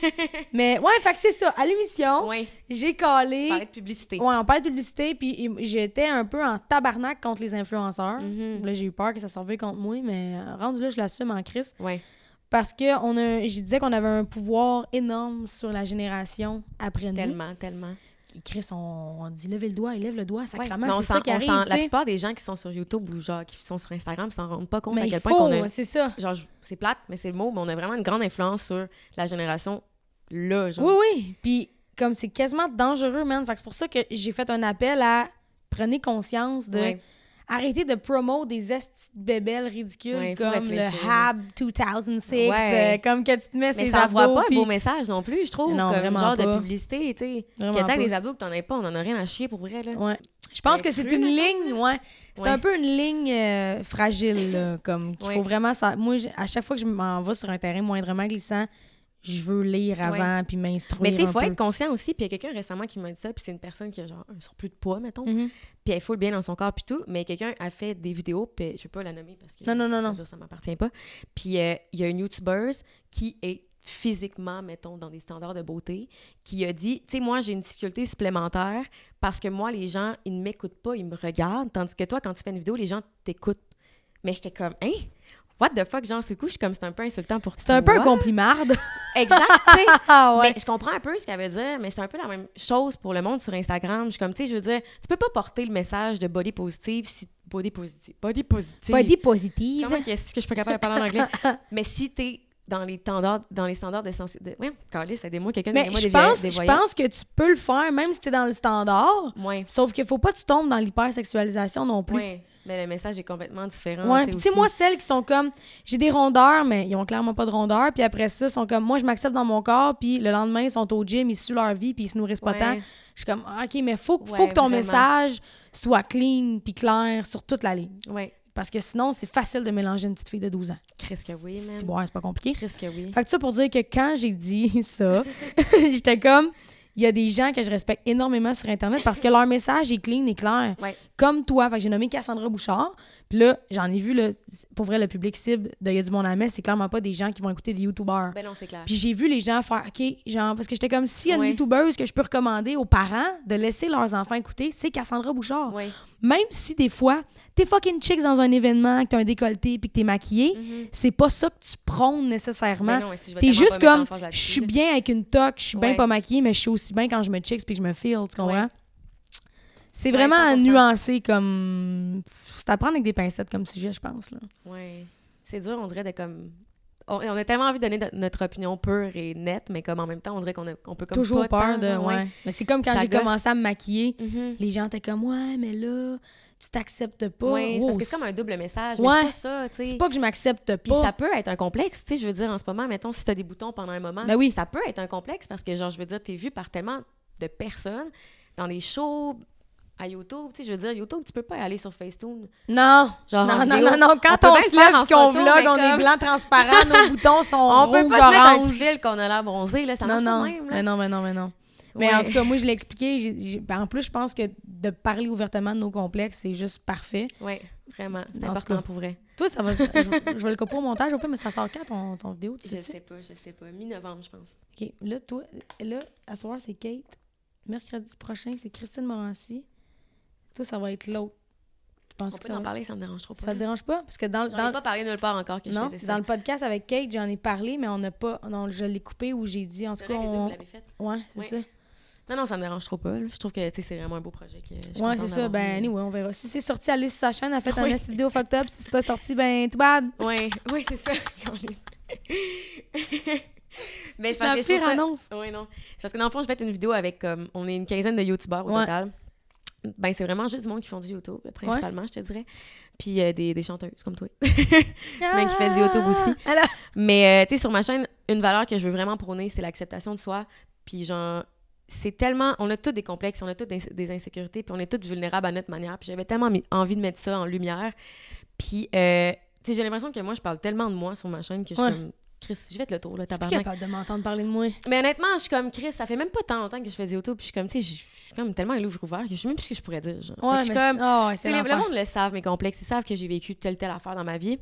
A: Mais ouais, fait que c'est ça. À l'émission,
C: Ouais.
A: j'ai collé.
C: Parler de publicité.
A: Oh, Ouais, on parlait de publicité, puis j'étais un peu en tabarnak contre les influenceurs.
C: Mhm.
A: Là, j'ai eu peur que ça servait contre moi, mais euh, rendu là, je l'assume en crise.
C: Ouais.
A: Parce que on a, je disais qu'on avait un pouvoir énorme sur la génération après nous.
C: Tellement, tellement.
A: Chris, on, on dit levez le doigt, il lève le doigt,
C: Ouais,
A: sacrément,
C: mais on
A: c'est ça
C: s'en-
A: qui
C: on
A: arrive.
C: s'en- La
A: tu sais.
C: plupart des gens qui sont sur YouTube ou genre qui sont sur Instagram s'en rendent pas compte
A: mais
C: à quel
A: il
C: point qu'on
A: faut,
C: a.
A: c'est ça.
C: Genre, je- c'est plate, mais c'est le mot, mais on a vraiment une grande influence sur la génération là. Genre.
A: Oui, oui. Puis comme c'est quasiment dangereux, man. Fait que c'est pour ça que j'ai fait un appel à prenez conscience de
C: Ouais.
A: arrêtez de promo des estis de bébelles ridicules
C: Ouais, faut
A: comme le
C: réfléchir.
A: HAB 2006,
C: Ouais.
A: euh, comme que tu te mets
C: Mais
A: ces
C: ça envoie
A: abdos,
C: pas un
A: puis-
C: beau message non plus, je trouve,
A: Non,
C: comme
A: vraiment
C: genre
A: pas.
C: de publicité, tu sais.
A: Vraiment
C: Puis tant que
A: pas.
C: les abdos que t'en aies pas, on en a rien à chier pour vrai, là.
A: Ouais. Je pense
C: Ben,
A: que c'est
C: cru,
A: une
C: mettons,
A: ligne, ouais. C'est
C: Ouais.
A: un peu une ligne euh, fragile, là, comme qu'il faut
C: Ouais.
A: vraiment. Ça... Moi, j'- à chaque fois que je m'en vais sur un terrain moindrement glissant, je veux lire avant puis m'instruire.
C: Mais tu sais, il
A: un
C: faut
A: peu.
C: être conscient aussi. Puis il y a quelqu'un récemment qui m'a dit ça, puis c'est une personne qui a genre un surplus de poids, mettons.
A: Mhm.
C: Puis elle fout le bien dans son corps, puis tout. Mais quelqu'un a fait des vidéos, puis je peux pas la nommer parce que
A: Non, non, non, non.
C: Ça, ça m'appartient pas. Puis euh, il y a une YouTubeuse qui est physiquement, mettons, dans des standards de beauté, qui a dit, tu sais, moi, j'ai une difficulté supplémentaire parce que moi, les gens, ils ne m'écoutent pas, ils me regardent, tandis que toi, quand tu fais une vidéo, les gens t'écoutent. Mais j'étais comme, hein? What the fuck, genre, c'est coup, je suis comme, c'est un peu insultant pour toi.
A: C'est un peu un complimarde.
C: Exact, tu sais.
A: ah
C: Mais je comprends un peu ce qu'elle veut dire, mais c'est un peu la même chose pour le monde sur Instagram. Je suis comme, tu sais, je veux dire, tu peux pas porter le message de body positive si. Body positive. Body positive.
B: Body positive.
C: Comment que, ce que je suis pas capable de parler en anglais? mais si t'es dans les standards, dans les standards de sensi- de- Voyons, calé, c'est des mots, quelqu'un
A: Mais
C: donnez-moi
A: je
C: des voya-
A: pense,
C: des
A: je
C: voyelles.
A: pense que tu peux le faire, même si t'es dans le standard.
C: Ouais.
A: Sauf qu'il faut pas que tu tombes dans l'hypersexualisation non plus.
C: Ouais. Mais le message est complètement différent.
A: Ouais, puis tu sais,
C: aussi.
A: moi, celles qui sont comme, j'ai des rondeurs, mais ils ont clairement pas de rondeurs. Puis après ça, ils sont comme, moi, je m'accepte dans mon corps. Puis le lendemain, ils sont au gym, ils suent leur vie, puis ils se nourrissent pas
C: Ouais.
A: tant. Je suis comme, Ah, OK, mais faut, faut
C: Ouais,
A: que ton
C: vraiment.
A: message soit clean puis clair sur toute la ligne.
C: Ouais.
A: Parce que sinon, c'est facile de mélanger une petite fille de 12 ans.
C: Chris que oui,
A: Si,
C: man.
A: ouais, c'est pas compliqué.
C: Chris que oui.
A: Fait que ça pour dire que quand j'ai dit ça, j'étais comme, il y a des gens que je respecte énormément sur Internet parce que leur message est clean et clair.
C: Ouais.
A: Comme toi. Fait que j'ai nommé Cassandra Bouchard. Puis là, j'en ai vu, là, pour vrai, le public cible de Y'a du monde à mettre, c'est clairement pas des gens qui vont écouter des YouTubers.
C: Ben non, c'est clair.
A: Puis j'ai vu les gens faire, OK, genre, parce que j'étais comme, s'il y a une
C: Ouais.
A: YouTubeuse que je peux recommander aux parents de laisser leurs enfants écouter, c'est Cassandra Bouchard.
C: Ouais.
A: Même si des fois, t'es fucking chicks dans un événement, que t'as un décolleté puis que t'es maquillée,
C: Mhm.
A: c'est pas ça que tu prônes nécessairement.
C: Ben non, si je vais
A: T'es
C: tellement
A: juste
C: pas mettre
A: comme,
C: l'emphase
A: je
C: là-dessus,
A: suis
C: là.
A: bien avec une toque, je suis bien
C: Ouais.
A: pas maquillée, mais je suis aussi bien quand je me chicks puis que je me feel, tu comprends?
C: Ouais.
A: C'est
C: Ouais,
A: vraiment à
C: 100%.
A: nuancer comme. C'est à prendre avec des pincettes comme sujet, je pense. Là.
C: Ouais. C'est dur, on dirait, de comme. On, on a tellement envie de donner no- notre opinion pure et nette, mais comme en même temps, on dirait qu'on a- qu'on peut comme.
A: Toujours
C: pas
A: peur
C: tant,
A: de.
C: genre,
A: ouais. Mais c'est comme quand
C: Ça
A: j'ai
C: gosse.
A: commencé à me maquiller,
C: Mhm.
A: les gens étaient comme, ouais, mais là, tu t'acceptes pas.
C: Ouais, c'est
A: Wow,
C: parce que c'est comme un double message.
A: Oh, Ouais.
C: Mais c'est pas ça, tu
A: c'est
C: sais.
A: pas que je m'accepte
C: Puis
A: pas.
C: ça peut être un complexe, tu sais, je veux dire, en ce moment, mettons, si t'as des boutons pendant un moment,
A: Ben oui.
C: ça peut être un complexe parce que, genre, je veux dire, t'es vu par tellement de personnes dans des shows, à YouTube, tu sais, je veux dire, YouTube, tu peux pas aller sur Facetune.
A: Non.
C: Genre, en
A: non, non,
C: vidéo.
A: non, non. Quand
C: peut
A: on,
C: bien
A: se
C: le faire
A: lève
C: en
A: et qu'on
C: photo,
A: vlog,
C: mais
A: on est
C: comme-
A: blanc transparent, nos boutons sont
C: On peut
A: rouges,
C: pas se mettre un
A: orange.
C: petit fil qu'on a l'air bronzé, là, ça
A: non,
C: marche
A: non.
C: pas de même, là.
A: Mais non, mais non, mais non. Mais en
C: Ouais.
A: tout cas, moi, je l'ai expliqué. j'ai- j'ai- ben, en plus, je pense que de parler ouvertement de nos complexes, c'est juste parfait.
C: Ouais, vraiment, c'est
A: En tout
C: important
A: cas.
C: pour vrai.
A: Toi, ça va. je, je vais le couper au montage, au pire, mais ça sort quand ton, ton vidéo, tu
C: Je
A: sais-tu?
C: sais pas, je sais pas. Mi-novembre, je pense.
A: OK. Là, toi, là, à soir, c'est Kate. Mercredi prochain, c'est Christine Morancy. Toi, ça va être l'autre. Je pense
C: On
A: que
C: peut
A: ça,
C: en
A: va-
C: parler, ça me dérange trop pas.
A: ça te dérange pas? Parce que dans,
C: J'en
A: dans,
C: ai pas parlé nulle part encore que
A: non,
C: je faisais ça.
A: dans le podcast avec Kate, j'en ai parlé, mais on n'a pas. Non, je l'ai coupé ou j'ai dit. En tout
C: C'est
A: cas,
C: vrai, les deux, vous
A: on.
C: l'avez fait.
A: Ouais, c'est
C: Oui.
A: ça.
C: Non, non, ça me dérange trop pas. là. Je trouve que tu sais, c'est vraiment un beau projet. Que je suis
A: Ouais,
C: contente
A: c'est ça.
C: d'avoir
A: Ben,
C: eu.
A: anyway, on verra. Si c'est sorti, allez sur sa chaîne, elle fait un
C: Oui.
A: esti de vidéo fucked up. Si c'est pas sorti, ben, tout bad.
C: euh, Ouais, ouais, c'est ça. Mais Ben, c'est
A: la
C: parce que je
A: pire
C: trouve ça-
A: annonce.
C: Ouais, non. C'est parce que dans le fond, je fais une vidéo avec comme on est une quinzaine de youtubeurs au
A: Ouais.
C: total. Ben c'est vraiment juste du monde qui font du YouTube principalement, je te dirais. Puis euh, des, des chanteuses comme toi. Mais qui fait du YouTube aussi.
A: Alors,
C: Mais euh, tu sais sur ma chaîne, une valeur que je veux vraiment prôner, c'est l'acceptation de soi. Puis genre c'est tellement on a tous des complexes, on a tous des, des insécurités, puis on est tous vulnérables à notre manière. Puis j'avais tellement mis- envie de mettre ça en lumière. Puis euh, tu sais j'ai l'impression que moi je parle tellement de moi sur ma chaîne que je suis
A: Ouais.
C: comme Chris, je vais être le tour là,
A: je suis
C: tabarnak.
A: capable de m'entendre parler de moi.
C: Mais honnêtement, je suis comme Chris, ça fait même pas tant longtemps que je fais du auto, puis je suis comme, tu sais, je je suis comme tellement à l'ouvre ouvert que je sais même plus ce que je pourrais dire. genre. Fait que
A: Ouais,
C: je
A: mais
C: suis
A: c'est-
C: comme,
A: ah, ouais,
C: tu sais,
A: c'est
C: les- le
A: l'enfer.
C: monde le savent, mes complexes, ils savent que j'ai vécu telle telle affaire dans ma vie.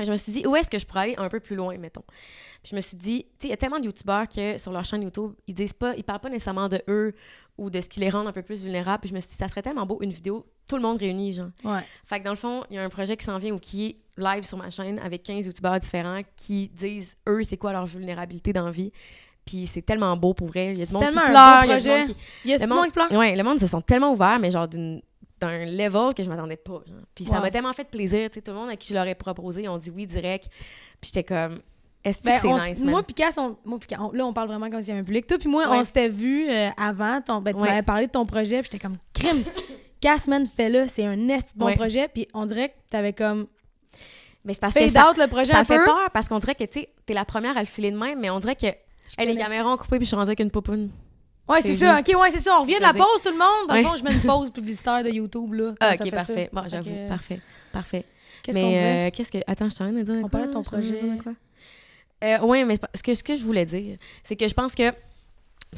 C: Et je me suis dit, où est-ce que je pourrais aller un peu plus loin, mettons. Puis je me suis dit, tu sais, il y a tellement de youtubeurs que sur leur chaîne YouTube, ils disent pas, ils parlent pas nécessairement de eux ou de ce qui les rend un peu plus vulnérables. Puis je me suis dit, ça serait tellement beau une vidéo, tout le monde réuni, genre.
A: Ouais.
C: Fait que dans le fond, il y a un projet qui s'en vient ou qui est live sur ma chaîne avec 15 youtubeurs différents qui disent, eux, c'est quoi leur vulnérabilité dans la vie. Puis c'est tellement beau pour vrai. Il y a du
A: C'est
C: monde qui
A: tellement un
C: pleure,
A: beau
C: il y a du monde
A: projet.
C: qui
A: Il y a
C: Le
A: souvent
C: monde-
A: qui pleure.
C: Ouais, le monde se sont tellement ouverts, mais genre d'une- d'un level que je m'attendais pas. genre. Puis ça
A: Wow.
C: m'a tellement fait plaisir. Tu sais, tout le monde à qui je leur ai proposé, on dit oui direct. Puis j'étais comme, est-ce que
A: Ben, on
C: c'est
A: s-
C: nice, man?
A: moi, puis Cass, on- moi, puis Cass, on- là, on parle vraiment comme s'il y avait un public. Toi, puis moi,
C: Ouais.
A: on s'était vu euh, avant. Ton, ben, tu
C: Ouais.
A: m'avais parlé de ton projet, puis j'étais comme, crime. Cass, man, fais-le. C'est un est de bon
C: Ouais.
A: projet. Puis on dirait que t'avais comme
C: Mais c'est parce que
A: fade
C: ça,
A: out le projet
C: ça
A: un
C: fait
A: peu.
C: peur parce qu'on dirait que, tu sais, t'es la première à le filer de même, mais on dirait que hey, les
A: connais.
C: caméras ont coupé puis je suis rendue avec une popoune.
A: Ouais, c'est
C: C'est
A: ça. OK, ouais, c'est ça. On revient de la
C: Je veux dire-
A: pause, tout le monde. Dans le
C: Ouais.
A: fond, je mets une pause publicitaire de YouTube, là. quand
C: Ah,
A: ça
C: ok,
A: fait
C: parfait.
A: ça.
C: Bon, j'avoue,
A: Fait que,
C: parfait, parfait.
A: Qu'est-ce qu'on disait?
C: Mais euh, qu'est-ce que. Attends, je t'en de dire.
A: On parlait de ton projet.
C: oui, mais ce que, ce que je voulais dire, c'est que je pense que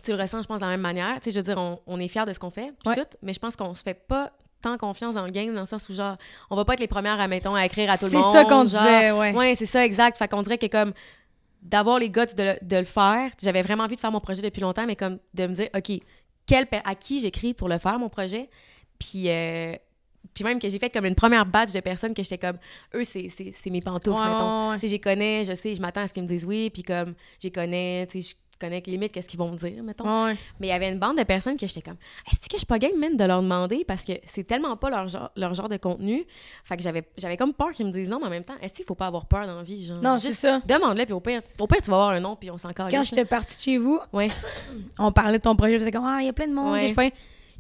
C: tu le ressens, je pense, de la même manière. Tu sais, je veux dire, on, on est fiers de ce qu'on fait, puis
A: Ouais.
C: tout, mais je pense qu'on se fait pas tant confiance dans le game, dans le sens où, genre, on va pas être les premières, à, mettons, à écrire à tout le
A: C'est
C: monde.
A: ça qu'on
C: genre.
A: disait, ouais.
C: Ouais, c'est ça, exact. Fait qu'on dirait que, comme, d'avoir les guts de, le- de le faire, j'avais vraiment envie de faire mon projet depuis longtemps, mais comme, de me dire, OK, quelle, pe- à qui j'écris pour le faire, mon projet? Puis. euh, puis même que j'ai fait comme une première batch de personnes que j'étais comme, eux, c'est c'est- c'est mes pantoufles,
A: Ouais,
C: mettons.
A: ouais, ouais.
C: Tu sais, j'y connais, je sais, je m'attends à ce qu'ils me disent oui, puis comme, j'y connais, tu sais, je connais que limite qu'est-ce qu'ils vont me dire, mettons.
A: Ouais, ouais.
C: Mais il y avait une bande de personnes que j'étais comme, est-ce que je suis pas game, même de leur demander, parce que c'est tellement pas leur genre, leur genre de contenu. Fait que j'avais j'avais comme peur qu'ils me disent non, mais en même temps, est-ce qu'il faut pas avoir peur dans la vie, genre?
A: Non, c'est
C: juste
A: ça.
C: demande-le, puis au pire, au pire, tu vas avoir un nom, puis on s'en calisse,
A: Quand
C: là.
A: j'étais partie de chez vous,
C: Ouais.
A: on parlait de ton projet, puis c'était comme, ah, il y a plein de monde,
C: Ouais.
A: que je peux-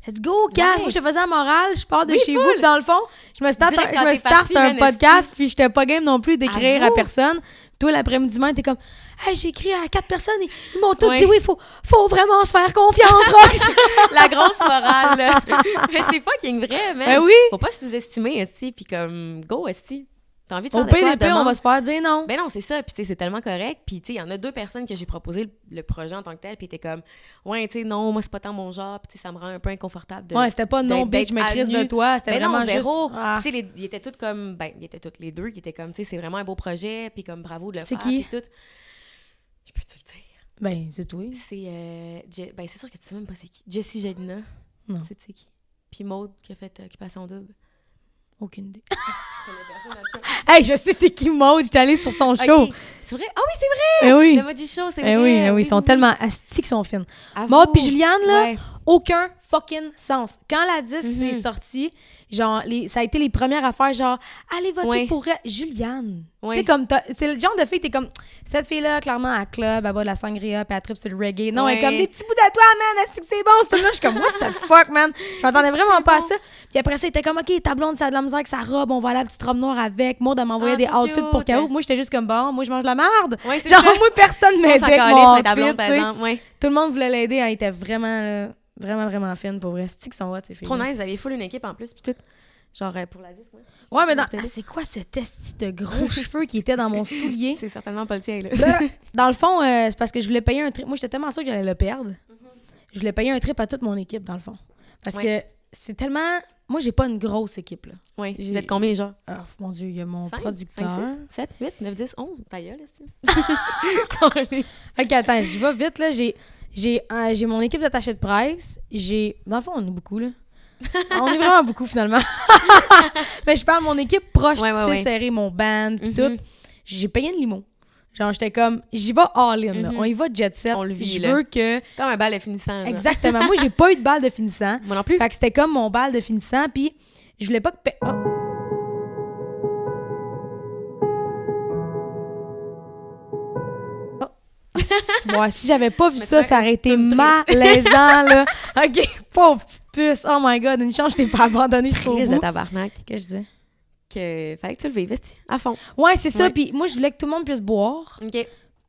A: Let's go, Cass!
C: Ouais.
A: Moi, je te faisais la morale, je pars de
C: Oui,
A: chez
C: full.
A: vous, puis dans le fond, je me starte,
C: Direct
A: un, je
C: quand
A: me
C: t'es
A: starte
C: parti,
A: un
C: man,
A: podcast, puis j'étais pas game non plus d'écrire à
C: Avoue.
A: personne. Toi, l'après-midi, même, t'es comme, hey, j'ai écrit à quatre personnes, ils, ils m'ont tous
C: Ouais.
A: dit oui, faut, faut vraiment se faire confiance, Rox!
C: La grosse morale, là. mais c'est fucking vrai, man.
A: ben oui!
C: Faut pas sous-estimer, esti, puis comme, go, esti. T'as envie de faire
A: Au
C: de quoi,
A: pire des pires, on
C: demande.
A: va se faire dire non.
C: Ben non, c'est ça. Puis, tu sais, c'est tellement correct. Puis, tu sais, il y en a deux personnes que j'ai proposé le, le projet en tant que tel. Puis, t'es comme, ouais, tu sais, non, moi, c'est pas tant mon genre. Puis, tu sais, ça me rend un peu inconfortable de.
A: ouais, c'était pas non, bitch,
C: d'être-
A: je me
C: d'être à
A: crise de
C: nu.
A: toi, c'était
C: Ben non,
A: vraiment
C: zéro.
A: juste. Ah.
C: Puis, tu sais, les- ils étaient tous comme, ben, ils étaient tous les deux. Ils étaient comme, tu sais, c'est vraiment un beau projet. Puis, comme, bravo de le
A: C'est
C: faire.
A: qui?
C: puis tout. Je peux te le dire.
A: Ben, c'est toi.
C: C'est. euh, Je- ben, c'est sûr que tu sais même pas c'est qui. Jessie Jelina.
A: Non.
C: Tu sais, c'est qui? Puis, Maude qui a fait euh, Occupation Double.
A: Aucune idée. Ah, hey, je sais c'est qui Maud, j'étais allée sur son
C: Ok.
A: show.
C: C'est vrai? Ah oui, c'est vrai!
A: Eh oui.
C: Le mode du show, c'est
A: Eh
C: vrai.
A: oui, eh oui, ils sont tellement astiques, ils sont fines.
C: Avoue.
A: Moi puis Juliane là,
C: Ouais.
A: aucun fucking sens. Quand la disque
C: Mhm.
A: s'est sortie, genre les- ça a été les premières affaires genre allez voter
C: Ouais.
A: pour elle. Juliane.
C: Ouais.
A: Tu sais comme t'as- c'est le genre de fille t'es comme cette fille là clairement à club, elle boit de la sangria, puis elle tripe sur le reggae. Non, elle est
C: Ouais.
A: comme des petits bouts de toi man, est-ce que c'est bon ce là, je suis comme what the fuck man. Je m'attendais vraiment pas à ça. Puis après ça, il était comme OK, ta blonde ça a de la misère avec sa robe, on va aller à la petite robe noire avec. Moi, elle m'envoyait
C: Ah,
A: des
C: c'est
A: outfits pour
C: cute.
A: KO. Moi, j'étais juste comme bon, moi je mange de la merde.
C: Ouais, c'est
A: Genre
C: ça.
A: moi personne
C: On s'en
A: m'aidait avec
C: calisse,
A: mon
C: mais ta blonde,
A: outfit,
C: par
A: tu sais.
C: exemple, ouais.
A: Tout le monde voulait l'aider. Elle était vraiment, là, vraiment, vraiment fine pour vrai. C'est-tu qu'ils sont hot, ces filles?
C: Trop nice, vous avez full une équipe en plus, puis tout. Genre euh, pour la disque, ouais.
A: Ouais, mais dans-
C: Peut-être.
A: Ah, c'est quoi ce testi de gros cheveux qui était dans mon soulier?
C: C'est certainement pas le tien, là.
A: dans le fond, euh, c'est parce que je voulais payer un trip. Moi, j'étais tellement sûre que j'allais le perdre.
C: Mhm.
A: Je voulais payer un trip à toute mon équipe, dans le fond. Parce que c'est tellement. Moi, j'ai pas une grosse équipe, là.
C: Ouais,
A: J'ai-
C: vous êtes combien, genre
A: Ah, mon Dieu, il y a mon
C: 5,
A: producteur.
C: 5, 6, 7, 8, 9, 10, 11. Ta gueule, est-ce
A: Ok, attends, j'y vais vite, là. J'ai, j'ai, euh, j'ai mon équipe d'attachés de presse. J'ai. Dans le fond, on est beaucoup, là. on est vraiment beaucoup, finalement. Mais je parle de mon équipe proche,
C: Ouais, ouais,
A: tu sais,
C: ouais.
A: serré, mon band, pis
C: Mhm.
A: tout. J'ai payé une limo. Genre, j'étais comme, j'y vais all-in, là.
C: Mhm.
A: On y va jet set.
C: On le vit,
A: Je
C: là.
A: veux que.
C: Comme un bal de finissant. genre.
A: Exactement. Moi, j'ai pas eu de balle de finissant.
C: Moi non plus.
A: Fait que c'était comme mon bal de finissant, puis je voulais pas que. pe- Oh. Oh. Ouais, si j'avais pas vu
C: Mais
A: ça,
C: tu vois,
A: ça aurait
C: une
A: été
C: petite toune
A: malaisant, là. OK, pauvre petite puce. Oh my God, une chance, je t'ai pas abandonnée jusqu'au
C: Crise de
A: bout.
C: tabarnak.
A: Que je disais.
C: Que fallait que tu le vives, esti, à fond.
A: Ouais, c'est ça.
C: Ouais.
A: Puis moi, je voulais que tout le monde puisse boire,
C: OK.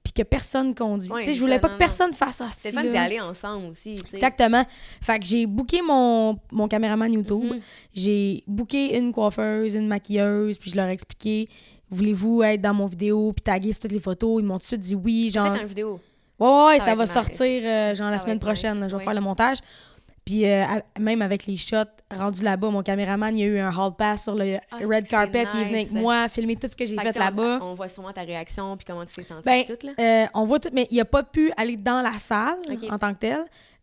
A: puis que personne conduise.
C: Ouais,
A: tu sais, je
C: c'est
A: voulais
C: ça,
A: pas
C: non,
A: que
C: non.
A: personne fasse ça.
C: C'est le fun d'y aller ensemble aussi, tu sais.
A: Exactement. Fait que j'ai booké mon, mon caméraman YouTube.
C: Mhm.
A: J'ai booké une coiffeuse, une maquilleuse, puis je leur ai expliqué voulez-vous être dans mon vidéo, puis taguer sur toutes les photos. Ils m'ont tout de suite dit oui.
C: Faites
A: Genre,
C: une vidéo.
A: ouais, ouais, ouais,
C: ça
A: ça va
C: va être
A: sortir euh, genre la
C: Ça va
A: semaine
C: être
A: prochaine.
C: nice,
A: là, je vais
C: oui.
A: faire le montage. Puis euh, à- même avec les shots rendus là-bas, mon caméraman, il y a eu un hall pass sur le
C: Ah, c'est
A: red
C: que c'est
A: carpet. Il est venu avec
C: nice.
A: moi filmer tout ce que j'ai
C: Fait
A: fait
C: que, tu sais, on-
A: là-bas.
C: On voit souvent ta réaction, puis comment tu t'es sentie,
A: Ben,
C: puis tout, là.
A: euh, on voit tout, mais il a pas pu aller dans la salle
C: Ok.
A: en tant que tel.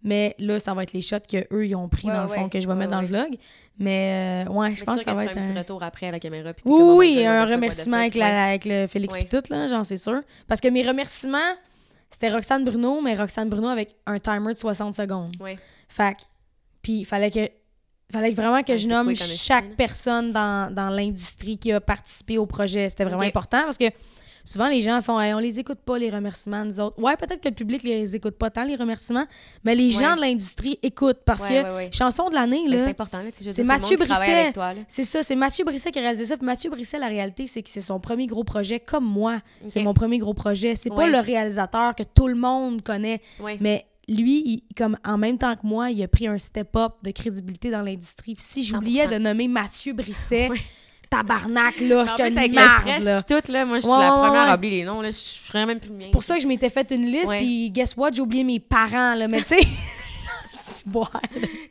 A: Mais là, ça va être les shots qu'eux, ils ont pris
C: Ouais,
A: dans le fond,
C: ouais,
A: que je vais
C: ouais,
A: mettre dans le vlog. Mais euh, ouais, je
C: Mais
A: pense que
C: c'est sûr
A: ça va
C: tu
A: être
C: fais un
A: un...
C: petit retour après à la caméra. puis t'es
A: Oui,
C: comme, oh
A: oui,
C: my God,
A: un
C: what the fuck, what the
A: remerciement
C: fuck,
A: avec, la- avec le Félix
C: Ouais.
A: pis tout, là, genre, c'est sûr. Parce que mes remerciements, C'était Roxane Bruno, mais Roxane Bruno avec un timer de 60 secondes.
C: Ouais.
A: Fait que- puis il fallait que fallait que vraiment que
C: Ouais,
A: je
C: c'est
A: nomme
C: quick en esti,
A: chaque
C: là.
A: personne dans, dans l'industrie qui a participé au projet. C'était vraiment
C: Ok.
A: important parce que souvent les gens font Hey, on les écoute pas les remerciements nous autres. Ouais, peut-être que le public les écoute pas tant les remerciements, mais les gens
C: Ouais.
A: de l'industrie écoutent parce
C: Ouais,
A: que
C: ouais, ouais.
A: chanson de l'année
C: Mais C'est
A: là,
C: important, là. tu sais, je veux
A: c'est
C: dire, le
A: Mathieu
C: monde qui travaille
A: Brisset.
C: avec toi, là.
A: c'est ça, c'est Mathieu Brisset qui a réalisé ça. Puis Mathieu Brisset, la réalité, c'est que c'est son premier gros projet, comme moi. C'est
C: Ok.
A: mon premier gros projet. C'est pas
C: Ouais.
A: le réalisateur que tout le monde connaît,
C: Ouais.
A: mais lui, il- comme en même temps que moi, il a pris un step-up de crédibilité dans l'industrie. Puis si j'oubliais
C: 100%.
A: de nommer Mathieu Brisset,
C: Ouais.
A: tabarnak, là, je
C: En
A: te
C: plus, avec
A: marre,
C: le
A: là.
C: stress et tout, là, moi, je suis
A: Ouais,
C: la
A: ouais,
C: première
A: ouais.
C: à oublier les noms. Là, je ferais même plus le mien.
A: C'est pour ça que je m'étais fait une liste,
C: Ouais.
A: puis guess what, j'ai oublié mes parents, là, mais tu sais... c'est bon.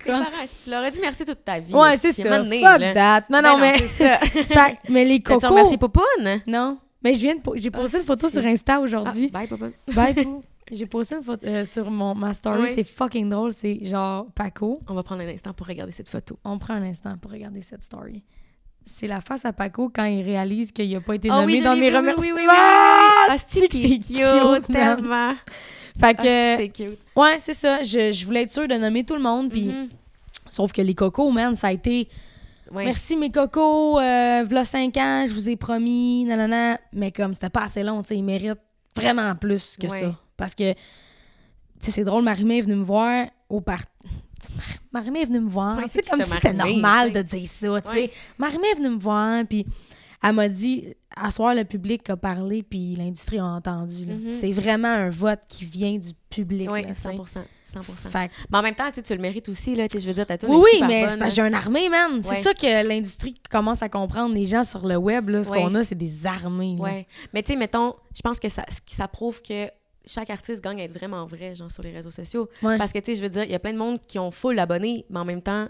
C: Tes parents, si tu leur as dit merci toute ta vie.
A: Ouais, c'est ça. Fuck that. Non, non, mais...
C: Ben C'est ça.
A: Fait- mais les
C: T'as-tu
A: cocos...
C: remercié Popoun?
A: Non. Mais je viens de... po- J'ai posté une photo
C: si.
A: sur Insta
C: Ah,
A: aujourd'hui.
C: bye, Popoun.
A: Bye, Pou. J'ai posté une photo euh, sur mon, ma story.
C: Ouais.
A: C'est fucking drôle. C'est genre Paco.
C: On va prendre un instant pour regarder cette photo.
A: On prend un instant pour regarder cette story. C'est la face à Paco quand il réalise qu'il n'a pas été
C: Ah
A: nommé
C: je
A: dans mes
C: l'ai vu, oui, oui,
A: remerciements.
C: oui, oui, oui, oui. Ah,
A: Asti que
C: c'est cute,
A: man.
C: tellement.
A: Fait
C: Ah, c'est
A: que,
C: c'est cute.
A: ouais, c'est ça. Je, je voulais être sûre de nommer tout le monde. Puis,
C: Mhm.
A: Sauf que les cocos, man, ça a été.
C: Ouais.
A: Merci mes cocos, euh, v'là 5 ans, je vous ai promis, nanana. Mais comme c'était pas assez long, tu sais, ils méritent vraiment plus que
C: Ouais.
A: ça. Parce que, tu sais, c'est drôle, Marimé est venue me voir au parc. Marimé est venue me voir.
C: Ouais,
A: c'est
C: c'est
A: comme
C: qui,
A: si
C: ça,
A: c'était
C: Marimé,
A: normal
C: tu
A: de
C: sais.
A: dire ça, tu sais.
C: Ouais.
A: Marimé est venue me voir, puis elle m'a dit, à soir, le public a parlé, puis l'industrie a entendu. là.
C: Mhm.
A: C'est vraiment un vote qui vient du public.
C: Oui,
A: là, tu sais.
C: 100 100
A: Fait que
C: Mais en même temps, tu sais, tu le mérites aussi, là. Tu sais, Je veux dire, ta tune
A: Oui,
C: est
A: oui,
C: super
A: mais
C: bonne,
A: c'est
C: là.
A: parce que j'ai une armée, man. C'est
C: Ouais.
A: ça que l'industrie commence à comprendre. Les gens sur le web, là, ce
C: Ouais.
A: qu'on a, c'est des armées. là.
C: Ouais. Mais tu sais, mettons, je pense que ça, ce qui- ça prouve que chaque artiste gagne à être vraiment vrai, genre, sur les réseaux sociaux.
A: Ouais.
C: Parce que, tu sais, je veux dire, il y a plein de monde qui ont full abonnés, mais en même temps,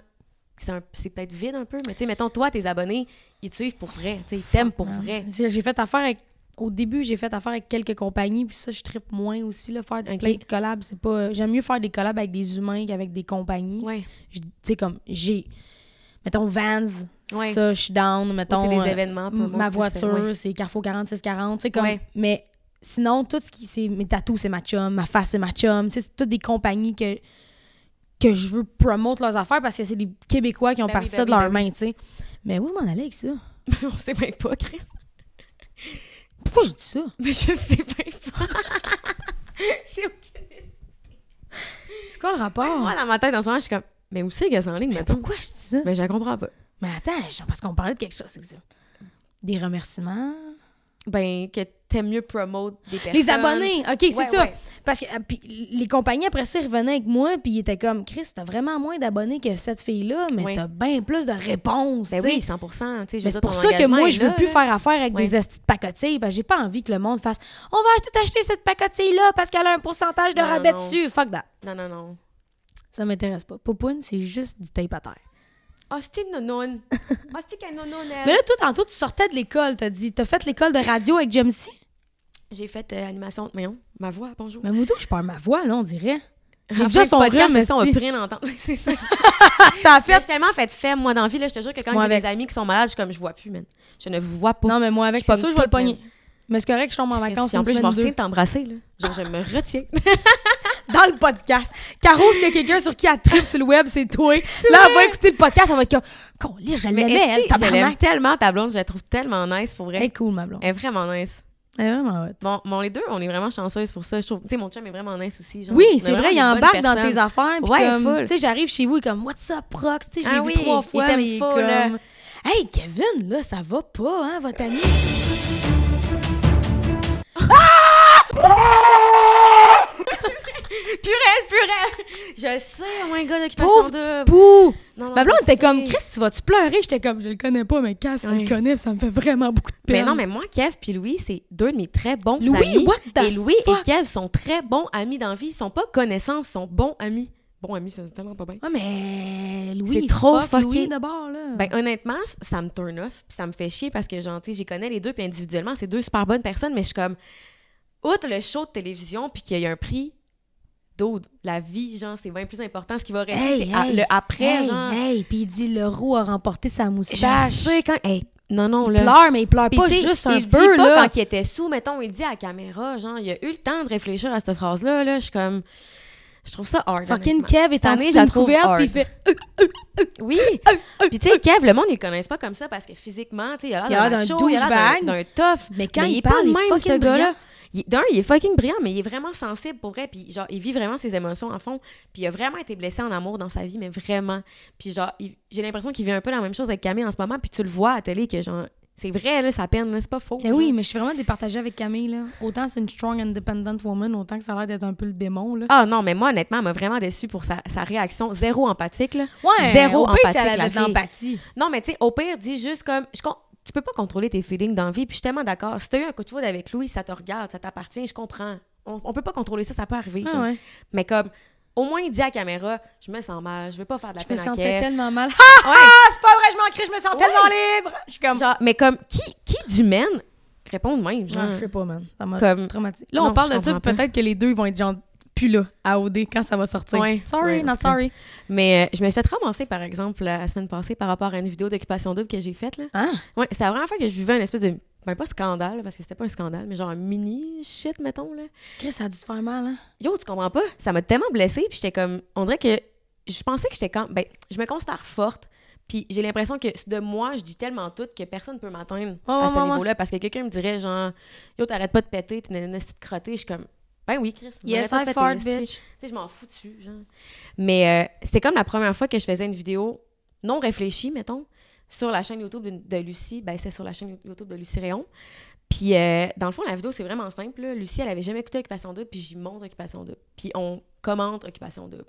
C: c'est un- c'est peut-être vide un peu. Mais tu sais, mettons, toi, tes abonnés, ils te suivent pour vrai. Tu sais, ils t'aiment pour vrai.
A: J'ai j'ai fait affaire avec. Au début, j'ai fait affaire avec quelques compagnies, puis ça, je tripe moins aussi, là, faire
C: Ok.
A: plein de collabs. C'est pas... J'aime mieux faire des collabs avec des humains qu'avec des compagnies.
C: Ouais.
A: Je- Tu sais, comme, j'ai. Mettons, Vans,
C: Ouais.
A: ça, je suis down.
C: Ou,
A: Mettons,
C: tu sais,
A: euh,
C: des événements.
A: m-
C: promo,
A: ma
C: plus, euh,
A: voiture,
C: ouais.
A: c'est Carrefour 4640, tu sais, comme...
C: Ouais.
A: Mais sinon, tout ce qui... c'est Mes tatous, c'est ma chum. Ma face, c'est ma chum. Tu sais, c'est toutes des compagnies que que je veux promote leurs affaires parce que c'est les Québécois qui ont
C: Ben
A: parti
C: oui, ben
A: ça de
C: oui,
A: leurs
C: ben
A: mains, tu sais. Mais où je m'en allais avec ça?
C: On sait même pas, Chris.
A: Pourquoi j'ai dit ça?
C: Mais je sais même pas. J'ai aucune idée.
A: C'est quoi le rapport?
C: Moi, dans ma tête, en ce moment, je suis comme, mais où c'est qu'elles sont en ligne, maintenant?
A: Pourquoi je dis ça?
C: Mais je la comprends pas.
A: Mais attends, je- parce qu'on parlait de quelque chose, c'est que ça. Des remerciements.
C: Ben, que t'aimes mieux promote des personnes.
A: Les abonnés, OK, c'est
C: Ouais,
A: ça.
C: ouais.
A: Parce que euh, puis les compagnies, après ça, ils revenaient avec moi, puis ils étaient comme, Chris, t'as vraiment moins d'abonnés que cette fille-là, mais
C: Ouais.
A: t'as bien plus de réponses.
C: Ben
A: tu sais.
C: oui, 100 tu sais, je veux
A: Mais
C: dire,
A: c'est pour
C: ton
A: ça que
C: engagement
A: moi,
C: est
A: je veux
C: là,
A: plus
C: là.
A: faire affaire avec
C: Ouais.
A: des hosties de pacotilles. parce que j'ai pas envie que le monde fasse On va tout acheter cette pacotille-là parce qu'elle a un pourcentage de
C: Non,
A: rabais
C: non.
A: dessus. Fuck that.
C: Non, non, non.
A: Ça m'intéresse pas. Popoun, c'est juste du tape à terre.
C: Euh. Hostie de nonoun. Hostie qu'à nonoun, elle.
A: Mais là, toi, tantôt, tu sortais de l'école. T'as dit T'as fait l'école de radio avec Jemsy?
C: J'ai fait euh, animation. Mais non, ma voix, bonjour.
A: Mais Moutou, je perds ma voix, là, on dirait. J'ai
C: Enfin,
A: déjà son
C: le podcast,
A: rhume,
C: c'est ça, on
A: esti.
C: a plus rien à entendre. c'est ça.
A: Ça a
C: Fait,
A: fait.
C: j'ai tellement fait faible, moi, dans la vie, là, je te jure que quand
A: Moi
C: j'ai
A: avec.
C: des amis qui sont malades, je suis comme, je vois plus, man. Je ne vous vois pas.
A: Non, mais moi, avec,
C: Je
A: c'est
C: pogne
A: sûr, je vais le
C: tout,
A: pogner.
C: man.
A: Mais c'est correct, je tombe en
C: Chris,
A: vacances
C: puis en
A: une
C: plus, je me
A: semaine ou
C: retiens
A: deux.
C: de t'embrasser, là. Genre, je me retiens.
A: Dans le podcast. Caro, s'il y a quelqu'un sur qui elle tripe sur le web, c'est toi. Là, elle va écouter le podcast, elle va être comme. Con, je l'aimais, elle,
C: esti, je l'aime
A: tabarnak.
C: tellement, ta blonde, je la trouve tellement nice, pour vrai.
A: Elle est cool, ma blonde.
C: Elle est vraiment nice.
A: Elle est vraiment hot.
C: Bon, bon, les deux, on est vraiment chanceuses pour ça. Je trouve, tu sais, mon chum est vraiment nice aussi. genre. On
A: Oui,
C: est
A: c'est
C: vraiment
A: vrai, il
C: des bonnes
A: embarque dans tes
C: personnes.
A: affaires. Puis
C: Ouais,
A: comme,
C: full.
A: tu sais, j'arrive chez vous, il est comme, What's up, Rox? Tu sais, je l'ai
C: Ah
A: vu
C: oui,
A: trois
C: il
A: fois,
C: t'aime
A: mais il est
C: full, là.
A: comme, Hey, Kevin, là, ça va pas, hein, votre ami?
C: Purel, purel! Je sais, oh my god, occupation
A: Pauvre
C: double.
A: petit pou!
C: Non, non,
A: Ma blonde
C: je
A: était comme,
C: sais.
A: Chris, tu vas-tu pleurer? J'étais comme, Je le connais pas, mais Cass, elle le
C: Ouais.
A: connaît, puis ça me fait vraiment beaucoup de
C: Mais
A: peine.
C: non, mais moi, Kev puis Louis, c'est deux de mes très bons
A: Louis,
C: amis.
A: what the
C: et Louis
A: fuck?
C: et Kev sont très bons amis dans la vie. Ils sont pas connaissances, ils sont bons amis. Bons amis, c'est tellement pas bien.
A: Ouais, mais Louis,
C: C'est
A: il
C: trop
A: fuck Louis
C: fucké.
A: d'abord, là.
C: Ben, honnêtement, c- ça me turn off, puis ça me fait chier parce que, genre, tu sais, j'y connais les deux, puis individuellement, c'est deux super bonnes personnes, mais je suis comme, outre le show de télévision, puis qu'il y a un prix d'autres. La vie, genre, c'est bien plus important. Ce qui va rester,
A: Hey,
C: c'est à-
A: hey,
C: le après,
A: hey,
C: genre.
A: hey, puis il dit le roux a remporté sa
C: Je
A: moustache.
C: sais quand. Hey, non, non,
A: Il
C: là.
A: pleure, mais il pleure
C: Puis,
A: Ah, pas
C: tu sais,
A: juste un
C: il
A: peu,
C: dit pas
A: là.
C: quand il était sous, mettons, il dit à la caméra, genre, il a eu le temps de réfléchir à cette phrase-là, là, je suis comme... Je trouve ça hard,
A: Fucking
C: honnêtement.
A: Kev est
C: Cette
A: en
C: année,
A: train
C: je la
A: de
C: trouve
A: couverte, puis il
C: hard.
A: fait
C: Oui! Puis tu sais, Kev, le monde, ils le connaissent pas comme ça parce que physiquement, tu sais, il a
A: Il a
C: l'air
A: l'air
C: d'un
A: d'un
C: macho, il a l'air d'un- d'un tough.
A: Mais quand
C: Mais
A: il,
C: il est pas
A: parle,
C: de
A: il est
C: même,
A: fucking
C: ce gars-là.
A: brillant.
C: Il- D'un, il est fucking brillant, mais il est vraiment sensible pour vrai. Puis genre, il vit vraiment ses émotions à fond. Puis il a vraiment été blessé en amour dans sa vie, mais vraiment. Puis genre, il- j'ai l'impression qu'il vit un peu la même chose avec Camille en ce moment. Puis tu le vois à la télé que genre, c'est vrai, là, sa peine, là, c'est pas faux.
A: Ben
C: genre.
A: oui, mais je suis vraiment départagée avec Camille, là. Autant c'est une strong, independent woman, autant que ça a l'air d'être un peu le démon, là.
C: Ah non, mais moi, honnêtement, elle m'a vraiment déçue pour sa, sa réaction zéro empathique. là.
A: Ah, Ouais,
C: Zéro
A: au pire, si
C: empathique,
A: elle
C: la
A: avait de
C: fille.
A: l'empathie.
C: Non, mais tu sais, au pire, dis juste comme. Je com- tu peux pas contrôler tes feelings dans la vie, puis je suis tellement d'accord. Si t'as eu un coup de foudre avec Louis, ça te regarde, ça t'appartient, je comprends. On, on peut pas contrôler ça, ça peut arriver.
A: Ah
C: genre.
A: ouais.
C: Mais comme, au moins, dis à la caméra, je me sens mal, je veux pas faire de la
A: Je me
C: peine à
A: sentais
C: Kev.
A: tellement mal.
C: Ouais,
A: Ah, c'est pas vrai, je m'en crie, je me sens
C: Ouais.
A: tellement libre. Je suis comme.
C: genre, mais comme, qui, qui d'humaine répond de même, genre?
A: Ouais, je sais pas, man. Ça m'a
C: Comme-
A: traumatisé. Là, on
C: Mm. Non,
A: parle
C: je
A: de ça,
C: comprends
A: puis peut-être que les deux vont être genre plus là, à OD, quand ça va sortir.
C: Ouais.
A: Sorry,
C: Ouais, en
A: not
C: tout cas.
A: sorry.
C: Mais euh, je me suis fait ramasser, par exemple, la semaine passée par rapport à une vidéo d'occupation double que j'ai faite, là.
A: Hein?
C: Ouais, c'est la première fois que je vivais une espèce de. Ben, pas scandale, parce que c'était pas un scandale, mais genre un mini shit, mettons, là.
A: Chris, ça a dû se faire mal, hein?
C: Yo, tu comprends pas? Ça m'a tellement blessée, puis j'étais comme. On dirait que. Je pensais que j'étais comme. Ben, je me considère forte, puis j'ai l'impression que de moi, je dis tellement tout que personne peut m'atteindre
A: Ouais,
C: à
A: ouais,
C: ce
A: ouais, ouais.
C: niveau-là, parce que quelqu'un me dirait, genre, yo, t'arrêtes pas de péter, t'es une petite crottée, je suis comme. Ben oui, Chris.
A: Yes,
C: arrête
A: I
C: pas de
A: fart,
C: péter,
A: bitch.
C: esti. Tu sais, je m'en fous dessus, genre. Mais euh, c'était comme la première fois que je faisais une vidéo non réfléchie, mettons, sur la chaîne YouTube de, de Lucie. Ben, c'est sur la chaîne YouTube de Lucie Réon. Puis, euh, dans le fond, la vidéo, c'est vraiment simple. là. Lucie, elle avait jamais écouté Occupation 2, puis j'y montre Occupation 2. Puis on commente Occupation 2.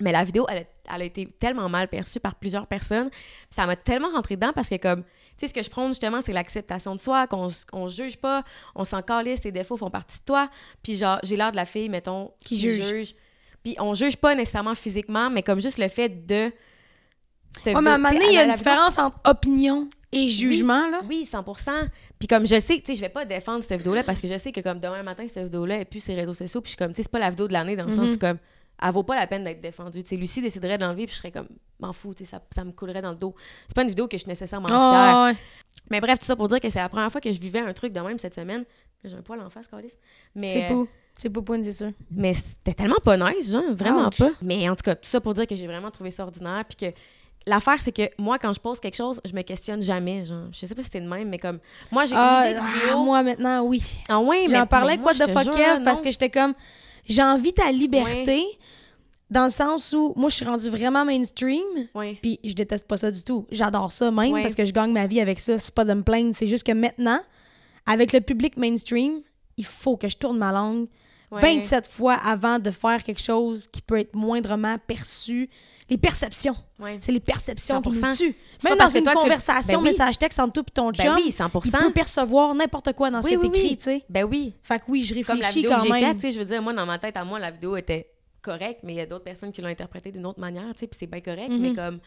C: Mais la vidéo, elle, a- elle a été tellement mal perçue par plusieurs personnes. Puis ça m'a tellement rentré dedans parce que, comme, tu sais, ce que je prône justement, c'est l'acceptation de soi, qu'on s- on se juge pas, on s'en calisse, tes défauts font partie de toi. Puis, genre, j'ai l'air de la fille, mettons,
A: Qui juge.
C: Puis on juge pas nécessairement physiquement, mais comme juste le fait de.
A: Ouais, mais à un moment donné, il y a une
C: La vidéo-
A: différence entre opinion et jugement, là.
C: oui, 100 Puis comme je sais, tu sais, je vais pas défendre cette vidéo-là parce que je sais que comme demain matin, cette vidéo-là est plus ses réseaux sociaux. Puis je suis comme, tu sais, c'est pas la vidéo de l'année dans le sens
A: Mhm.
C: où comme, elle vaut pas la peine d'être défendue. Tu sais, Lucie déciderait de l'enlever, puis je serais comme, m'en fous, tu sais, ça, ça me coulerait dans le dos. C'est pas une vidéo que je suis nécessairement fière.
A: Ah, ouais.
C: Mais bref, tout ça pour dire que c'est la première fois que je vivais un truc de même cette semaine. J'ai un poil en face, Calice. Mais, euh,
A: C'est pou. C'est poupoune, c'est sûr.
C: mais c'était tellement pas nice, genre, vraiment
A: Ouch.
C: pas. Mais en tout cas, tout ça pour dire que j'ai vraiment trouvé ça ordinaire, puis que l'affaire, c'est que moi, quand je pose quelque chose, je me questionne jamais, genre. Je sais pas si c'était de même, mais comme, moi, j'ai
A: Ah,
C: une idée de
A: ah,
C: vidéo.
A: moi, maintenant, oui.
C: Ah ouais, mais-
A: J'en parlais
C: mais
A: quoi
C: moi,
A: de
C: je te
A: fuck
C: jure,
A: Kev,
C: non.
A: parce que j'étais comme, j'ai envie ta liberté, dans le sens où, moi, je suis rendue vraiment mainstream,
C: Ouais.
A: Puis je déteste pas ça du tout. J'adore ça même
C: Ouais.
A: parce que je gagne ma vie avec ça. C'est pas de me plaindre. C'est juste que maintenant, avec le public mainstream, il faut que je tourne ma langue
C: Ouais.
A: 27 fois avant de faire quelque chose qui peut être moindrement perçu. Les perceptions.
C: Ouais.
A: C'est les perceptions qui
C: 100%.
A: nous tuent.
C: C'est
A: Même
C: pas
A: dans
C: parce que
A: une
C: toi, tu-
A: conversation,
C: Ben oui.
A: message texte entre toi et ton chum,
C: Ben oui,
A: il
C: 100
A: peut percevoir n'importe quoi dans ce
C: Oui,
A: que
C: oui,
A: t'écris,
C: oui.
A: tu sais.
C: Ben oui.
A: Fait que oui, je
C: Comme la
A: réfléchis
C: vidéo
A: quand
C: que j'ai faite,
A: même.
C: tu sais, je veux dire, moi, dans ma tête, à moi, la vidéo était correcte, mais il y a d'autres personnes qui l'ont interprétée d'une autre manière, tu sais, puis c'est bien correct,
A: Mhm.
C: mais comme,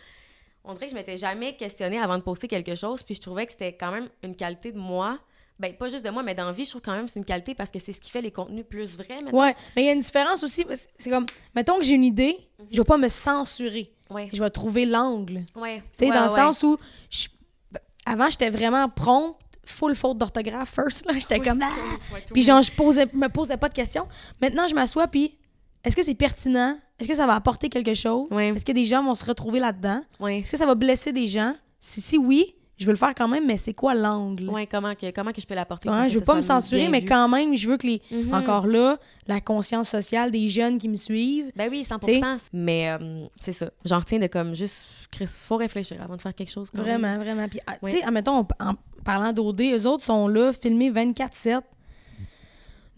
C: on dirait que je m'étais jamais questionnée avant de poster quelque chose, puis je trouvais que c'était quand même une qualité de moi. Ben, pas juste de moi, mais dans la vie, je trouve quand même que c'est une qualité parce que c'est ce qui fait les contenus plus vrais maintenant.
A: Ouais, mais il y a une différence aussi. parce que C'est comme, mettons que j'ai une idée,
C: Mhm.
A: je vais pas me censurer.
C: Ouais.
A: Je vais trouver l'angle.
C: Ouais.
A: Tu sais,
C: Ouais,
A: dans le
C: ouais.
A: sens où je- ben, avant, j'étais vraiment prompte, full faute d'orthographe first. Là, j'étais comme. Ah!
C: Ouais, tout
A: Puis genre, je posais, me posais pas de questions. Maintenant, je m'assois, puis est-ce que c'est pertinent? Est-ce que ça va apporter quelque chose?
C: Ouais.
A: Est-ce que des gens vont se retrouver là-dedans?
C: Ouais.
A: Est-ce que ça va blesser des gens? Si, si oui, je veux le faire quand même, mais c'est quoi l'angle?
C: Ouais, comment que, comment que je peux l'apporter?
A: Ouais,
C: pour que
A: je veux
C: ce
A: pas me
C: soit
A: censurer,
C: bien
A: mais
C: vu?
A: quand même, je veux que les.
C: Mhm.
A: Encore là, la conscience sociale des jeunes qui me suivent.
C: Ben oui, 100
A: T'sais.
C: Mais euh, c'est ça. J'en retiens de comme juste, Chris, faut réfléchir avant de faire quelque chose. quand même.
A: Vraiment, vraiment. Puis, ah,
C: Ouais.
A: tu sais, admettons, on- en parlant d'OD, eux autres sont là, filmés 24-7.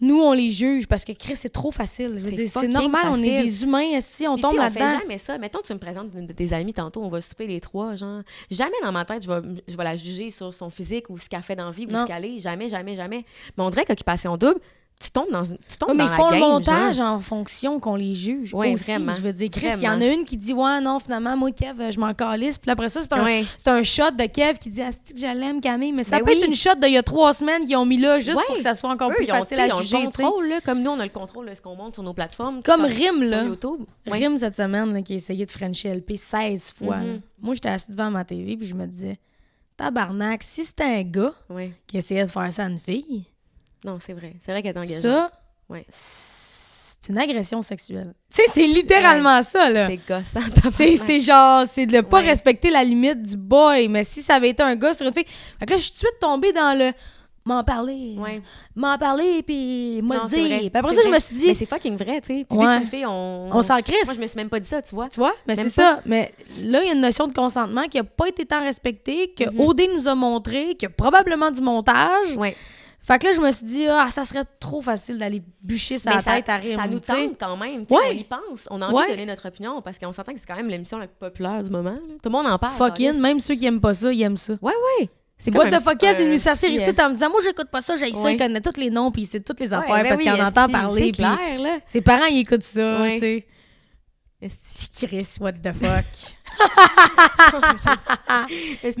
A: Nous, on les juge parce que Chris, c'est trop facile. Je veux
C: C'est
A: dire, C'est
C: fucking
A: normal, on est
C: facile.
A: des humains, si on
C: Puis
A: tombe
C: tu sais, on
A: là-dedans.
C: fait jamais ça. Mettons, tu me présentes une de tes amies tantôt, on va souper les trois, genre. Jamais dans ma tête, je vais, je vais la juger sur son physique ou ce qu'elle fait dans la vie ou
A: Non.
C: ce qu'elle est. Jamais, jamais, jamais. Mais on dirait qu'Occupation Double, tu tombes dans une. Tu tombes
A: Ouais, mais
C: dans
A: ils
C: la
A: font le
C: game,
A: montage
C: genre.
A: en fonction qu'on les juge.
C: Ouais,
A: aussi,
C: vraiment.
A: Je veux dire, Chris, il y en
C: Vraiment.
A: a une qui dit Ouais, non, finalement, moi, Kev, euh, je m'en calisse. Puis après ça, c'est un,
C: Ouais.
A: c'est un shot de Kev qui dit Ah, c'est-tu que je l'aime, Camille. Mais ça
C: Ben
A: peut
C: oui.
A: être une shot d'il y a trois semaines qu'ils ont mis là juste
C: Ouais.
A: pour que ça soit encore
C: Eux,
A: plus
C: ils ont,
A: facile
C: tu sais,
A: à
C: ils ont
A: juger.
C: le
A: tu sais.
C: contrôle, là, comme nous, on a le contrôle de ce qu'on monte sur nos plateformes.
A: Comme
C: sur-
A: Rime,
C: sur
A: là.
C: YouTube. Ouais.
A: Rime cette semaine là, qui essayait de Frencher LP 16 fois. là.
C: Mhm.
A: Moi, j'étais assise devant ma TV puis je me disais Tabarnak, si c'était un gars
C: Ouais.
A: qui essayait de faire ça à une fille,
C: Non, c'est vrai. C'est vrai qu'elle est engageante.
A: ça,
C: Ouais.
A: c'est une agression sexuelle. Tu sais, c'est littéralement ça, là.
C: c'est gossant.
A: C'est,
C: tabarnak.
A: c'est genre, c'est de ne pas
C: Ouais.
A: respecter la limite du boy, mais si ça avait été un gars sur une fille. Fait que là, je suis tout de suite tombée dans le m'en parler,
C: Ouais.
A: m'en parler, puis moi
C: Non,
A: le
C: c'est
A: dire.
C: vrai.
A: Puis après
C: C'est
A: ça, je
C: vrai.
A: me suis
C: Mais
A: dit,
C: c'est fucking vrai, tu sais. Puis
A: Ouais.
C: vu que c'est une fille, on.
A: on s'en crisse.
C: Moi, je me suis même pas dit ça, tu vois.
A: Tu vois? Mais
C: Même
A: Ben, c'est ça. Mais là, il y a une notion de consentement qui n'a pas été tant respectée, que
C: Mhm.
A: OD nous a montré, qu'il y a probablement du montage.
C: Ouais.
A: Fait que là, je me suis dit, ah, ça serait trop facile d'aller bûcher sa
C: Mais ça-
A: tête à rire.
C: Ça nous
A: tu sais.
C: tente quand même. tu sais,
A: Ouais.
C: On y pense. On a envie
A: Ouais.
C: de donner notre opinion parce qu'on s'entend que c'est quand même l'émission la plus populaire du moment. là. Tout le monde en parle.
A: Fucking,
C: Alice.
A: même ceux qui aiment pas ça, ils aiment ça.
C: Ouais, ouais. C'est
A: What
C: comme un
A: the
C: petit
A: fuck, il
C: peu-
A: nous s'assire
C: petit,
A: ici
C: euh,
A: en me disant Moi, j'écoute pas ça, j'ai ça,
C: Ouais.
A: il connaît tous les noms, puis il sait toutes les
C: ouais,
A: affaires
C: ben
A: parce
C: oui,
A: qu'il en entend
C: esti,
A: parler. Puis
C: C'est clair, là.
A: ses parents, ils écoutent ça,
C: Ouais.
A: tu sais.
C: Esti.
A: Petit Chris, what the fuck.
C: Esti,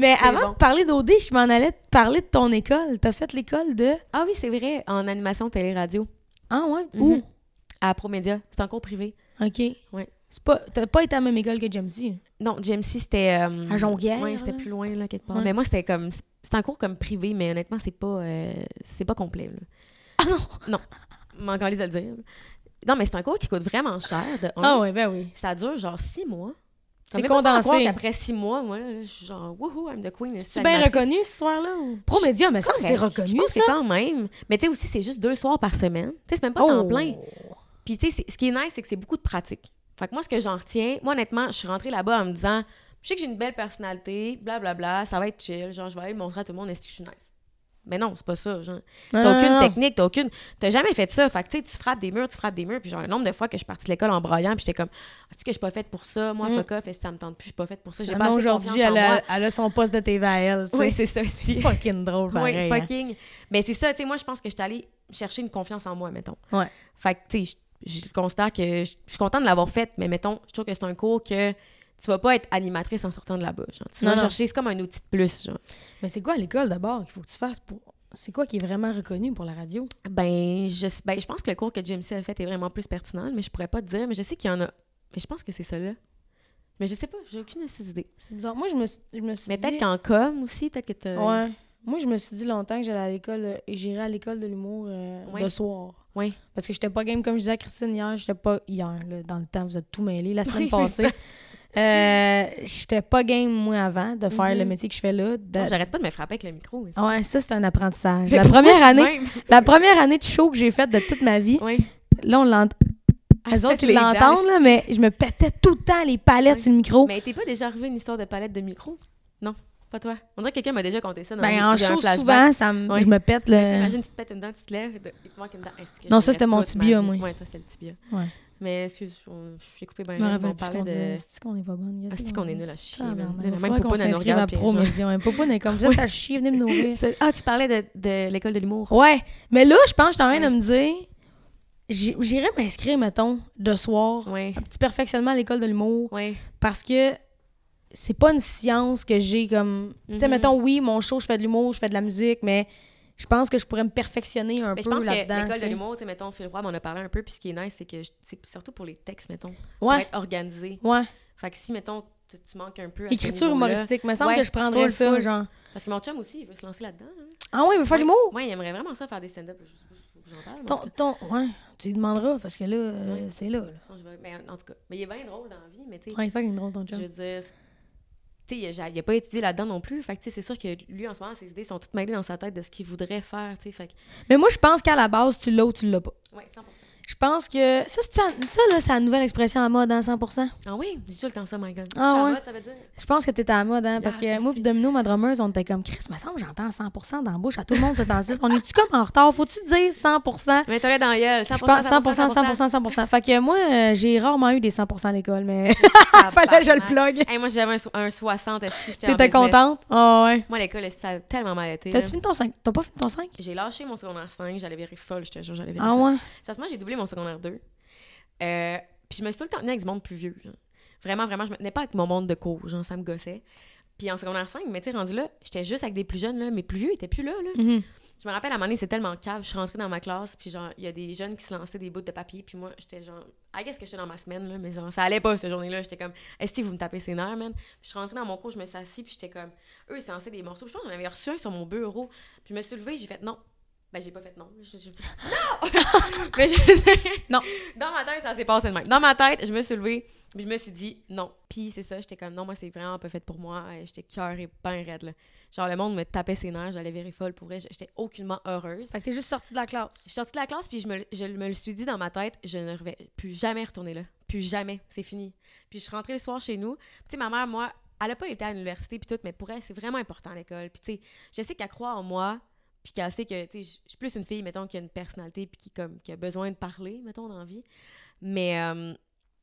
A: Mais
C: c'est
A: avant
C: bon.
A: de parler d'OD, je m'en allais te parler de ton école. T'as fait l'école de.
C: Ah oui, c'est vrai, en animation télé-radio,
A: Ah ouais?
C: Mhm.
A: Où?
C: à Promédia. C'est en cours privé.
A: OK.
C: Ouais.
A: C'est pas, t'as pas été à la même école que Jamesy.
C: Non, GMC, c'était. euh,
A: À Jonquière,
C: Ouais, c'était
A: là.
C: plus loin, là, quelque part.
A: Ouais.
C: Mais moi, c'était comme. C'était un cours comme privé, mais honnêtement, c'est pas, euh, c'est pas complet, là.
A: Ah non!
C: M'en calise de le dire. Non, mais c'est un cours qui coûte vraiment cher, de un.
A: Ah ouais, ben oui.
C: Ça dure genre six mois.
A: C'est
C: Ça me fait pas
A: condensé.
C: croire qu'après six mois, moi, là, là, je suis genre, wouhou, I'm the queen.
A: C'est-tu bien reconnu ce soir-là? Ou... Promédia, mais ça, c'est
C: Ah, ben, Je
A: reconnu,
C: pense que
A: ça.
C: c'est quand même. Mais tu sais, aussi, c'est juste deux soirs par semaine. Tu sais, c'est même pas
A: Oh.
C: temps plein. Puis tu sais, c'est- ce qui est nice, c'est que c'est beaucoup de pratique. Fait que moi, ce que j'en retiens, moi, honnêtement, je suis rentrée là-bas en me disant, je sais que j'ai une belle personnalité, blablabla, ça va être chill. Genre, je vais aller le montrer à tout le monde, est-ce que je suis nice? Mais non, c'est pas ça, genre.
A: Non,
C: T'as
A: non,
C: aucune
A: non.
C: technique, t'as aucune. T'as jamais fait ça. Fait que, tu sais, tu frappes des murs, tu frappes des murs. Puis, genre, le nombre de fois que je suis partie de l'école en broyant, puis j'étais comme, est-ce que je suis pas faite pour ça? Moi,
A: Mm.
C: fuck off, est-ce que ça me tente plus? Je suis pas faite pour ça. J'ai pas
A: Maman,
C: assez
A: Ah, aujourd'hui,
C: confiance en
A: elle a,
C: moi.
A: elle a son poste de TV à elle, tu sais.
C: Oui, c'est ça aussi.
A: c'est fucking drôle, pareil.
C: Oui,
A: hein.
C: fucking. Mais c'est ça, tu sais, moi, je pense que je suis allée chercher une confiance en moi, mettons.
A: Ouais.
C: Fait que, tu sais, je je considère que je je suis contente de l'avoir faite, mais mettons, je trouve que c'est un cours que tu vas pas être animatrice en sortant de là-bas. genre. Tu
A: Non,
C: vas
A: non.
C: chercher, c'est comme un outil de plus. Genre.
A: Mais c'est quoi à l'école d'abord qu'il faut que tu fasses pour. C'est quoi qui est vraiment reconnu pour la radio?
C: Ben, je, sais- ben, je pense que le cours que JMC a fait est vraiment plus pertinent, mais je pourrais pas te dire, mais je sais qu'il y en a. Mais je pense que c'est ça, là. Mais je sais pas, j'ai aucune idée.
A: C'est bizarre. Moi, je me, suis- je me suis
C: Mais
A: dit.
C: peut-être qu'en com aussi, peut-être que euh, t'as.
A: Ouais. Moi, je me suis dit longtemps que j'allais à l'école euh, et j'irais à l'école de l'humour euh,
C: Ouais.
A: le soir.
C: Ouais.
A: Parce que j'étais pas game, comme je disais à Christine hier, j'étais pas. Hier, là, dans le temps, vous êtes tout mêlés. La semaine
C: Oui, c'est
A: passée. Euh, j'étais pas game, moi, avant, de faire le
C: Mhm.
A: métier que je fais là. de-
C: Non, J'arrête pas de me frapper avec le micro. mais-
A: Ouais, ça, c'est un apprentissage.
C: Mais
A: La
C: pourquoi je
A: première,
C: suis
A: année,
C: même?
A: la première année de show que j'ai faite de toute ma vie,
C: Ouais. Ah,
A: là, on l'entend. Les autres,
C: Faites
A: ils l'entendent,
C: danses.
A: là, mais je me pétais tout le temps les palettes
C: Ouais.
A: sur le micro.
C: Mais t'es pas déjà arrivé une histoire de palette de micro? Non, pas toi. On dirait que quelqu'un m'a déjà conté ça. Dans
A: Ben,
C: un-
A: en
C: j'ai un
A: show,
C: flashback.
A: souvent, ça me-
C: Ouais.
A: je me pète le.
C: T'imagines, tu te pètes une dent, tu te lèves, de- il te manque une dent. Est-ce que
A: Non,
C: je
A: ça, c'était mon
C: toute ma
A: tibia,
C: vie?
A: moi.
C: Ouais, toi, c'est le tibia.
A: Ouais.
C: Mais excuse, on- j'ai coupé ben
A: Je me
C: raide, mais
A: rappelle
C: on
A: plus ce
C: parlait
A: qu'on disait.
C: de...
A: Est-ce qu'on est pas bonne?
C: Ah, c'est qu'on est nul à chier,
A: Ah,
C: man.
A: merde,
C: Là,
A: il
C: même
A: faut qu'on
C: Popoun, elle nous
A: s'inscrive à
C: regarde, puis
A: Pro
C: genre-
A: Média. Même Popoun est comme, vous êtes à chier, venez me nourrir.
C: Ah, tu parlais de, de l'école de l'humour.
A: Ouais, mais là, je pense que je suis en train de me dire, j'ai- j'irais m'inscrire, mettons, de soir,
C: Ouais,
A: un petit perfectionnement à l'école de l'humour,
C: ouais.
A: parce que c'est pas une science que j'ai comme... Tu sais,
C: Mhm.
A: mettons, oui, mon show, je fais de l'humour, je fais de la musique, mais je pense que je pourrais me perfectionner un
C: Mais je
A: peu
C: pense que
A: là-dedans.
C: l'école
A: tu
C: de
A: sais.
C: l'humour, tu sais, mettons, Phil Roy, on en a parlé un peu, puis ce qui est nice, c'est que je- c'est surtout pour les textes, mettons, pour
A: Ouais,
C: être organisé.
A: ouais.
C: Fait que si, mettons, tu, tu manques un peu à ce
A: Écriture
C: niveau-là-
A: humoristique, me semble
C: Ouais,
A: que je prendrais
C: full,
A: ça,
C: full.
A: genre...
C: Parce que mon chum aussi, il veut se lancer là-dedans. hein.
A: Ah ouais, mais faire de
C: Ouais.
A: l'humour!
C: Ouais, il aimerait vraiment ça faire des stand-up. Je sais pas si faut que j'en parle. mais en tout
A: Ton, ton, ouais, tu lui demanderas parce que là, euh,
C: Ouais.
A: c'est là. là.
C: cas, sinon, je vais- mais en tout cas, mais il est bien drôle dans la vie, mais tu sais,
A: Ouais, il fait une drôle ton
C: je
A: chum.
C: veux dire, c'est- tu sais, il a- j'a- il a pas étudié là-dedans non plus. Fait que tu sais, c'est sûr que lui, en ce moment, ses idées sont toutes mêlées dans sa tête de ce qu'il voudrait faire, tu sais. Fait que,
A: Mais moi, je pense qu'à la base, tu l'as ou tu l'as pas.
C: ouais, 100%.
A: Je Je pense que. Ça, c'est ça, ça, là, c'est la nouvelle expression à mode, hein, 100%.
C: Ah oui, j'ai tout le temps ça, my God.
A: Ah
C: Charlotte,
A: ouais.
C: ça veut dire.
A: Je pense que t'étais à la mode, hein, parce
C: Ah,
A: que
C: c'est
A: moi, puis Domino, ma drummeuse, on était comme Chris, me semble, j'entends 100% dans la bouche à tout le monde ce temps-ci. On est-tu comme en retard? Faut-tu dire 100%?
C: Mais t'as dans la gueule. 100%,
A: Je pense 100%, 100%, 100%. Fait que moi, euh, j'ai rarement eu des 100% à l'école, mais fallait que je le plug.
C: Hey, moi, j'avais un, so- un 60 esti, j'étais en
A: T'étais
C: business.
A: contente? Ah ouais.
C: Moi, à l'école, esti, ça a tellement mal été. là.
A: T'as-tu fini ton 5? T'as pas fini ton 5?
C: J'ai lâché mon secondaire 5, j'allais virer folle, je te jure, j'allais virer
A: Ah
C: folle.
A: ouais?
C: Ça, moi, j'ai doublé mon secondaire 2. Euh, puis je me suis tout le temps tenue avec du monde plus vieux. genre. Vraiment, vraiment, je me tenais pas avec mon monde de cours, genre, ça me gossait. Puis en secondaire 5, mais tu sais, rendu là, j'étais juste avec des plus jeunes, là, mais plus vieux étaient plus là, là.
A: Mhm.
C: Je me rappelle, à un moment donné, c'est tellement cave, je suis rentrée dans ma classe, puis genre, il y a des jeunes qui se lançaient des bouts de papier, puis moi, j'étais genre, I guess que j'étais dans ma semaine, là, mais genre, ça allait pas, cette journée-là. J'étais comme, est-ce que vous me tapez ses nerfs, man? Puis je suis rentrée dans mon cours, je me suis assise, puis j'étais comme, eux, ils se lançaient des morceaux. Je pense que j'en avais reçu un sur mon bureau. Puis je me suis levée, j'ai fait non. Ben, j'ai pas fait non. Je- je- Non! Mais je-
A: Non.
C: Dans ma tête, ça s'est passé de même. Dans ma tête, je me suis levée, puis je me suis dit non. Puis c'est ça, j'étais comme, non, moi, c'est vraiment pas fait pour moi. Euh, J'étais cœur et ben raide, là. Genre, le monde me tapait ses nerfs, j'allais virer folle. Pour vrai, j'étais aucunement heureuse.
A: Fait que t'es juste sortie de la classe.
C: Je suis sortie de la classe, puis je me, je me le suis dit dans ma tête, je ne vais plus jamais retourner là. Plus jamais, c'est fini. Puis je suis rentrée le soir chez nous. Puis tu sais, ma mère, moi, elle a pas été à l'université, puis tout, mais pour elle, c'est vraiment important l'école. Puis tu sais, je sais qu'elle croit en moi, puis qu'elle sait que, tu sais, je je suis plus une fille, mettons, qui a une personnalité, puis qui, comme, qui a besoin de parler, mettons, dans la vie. Mais euh,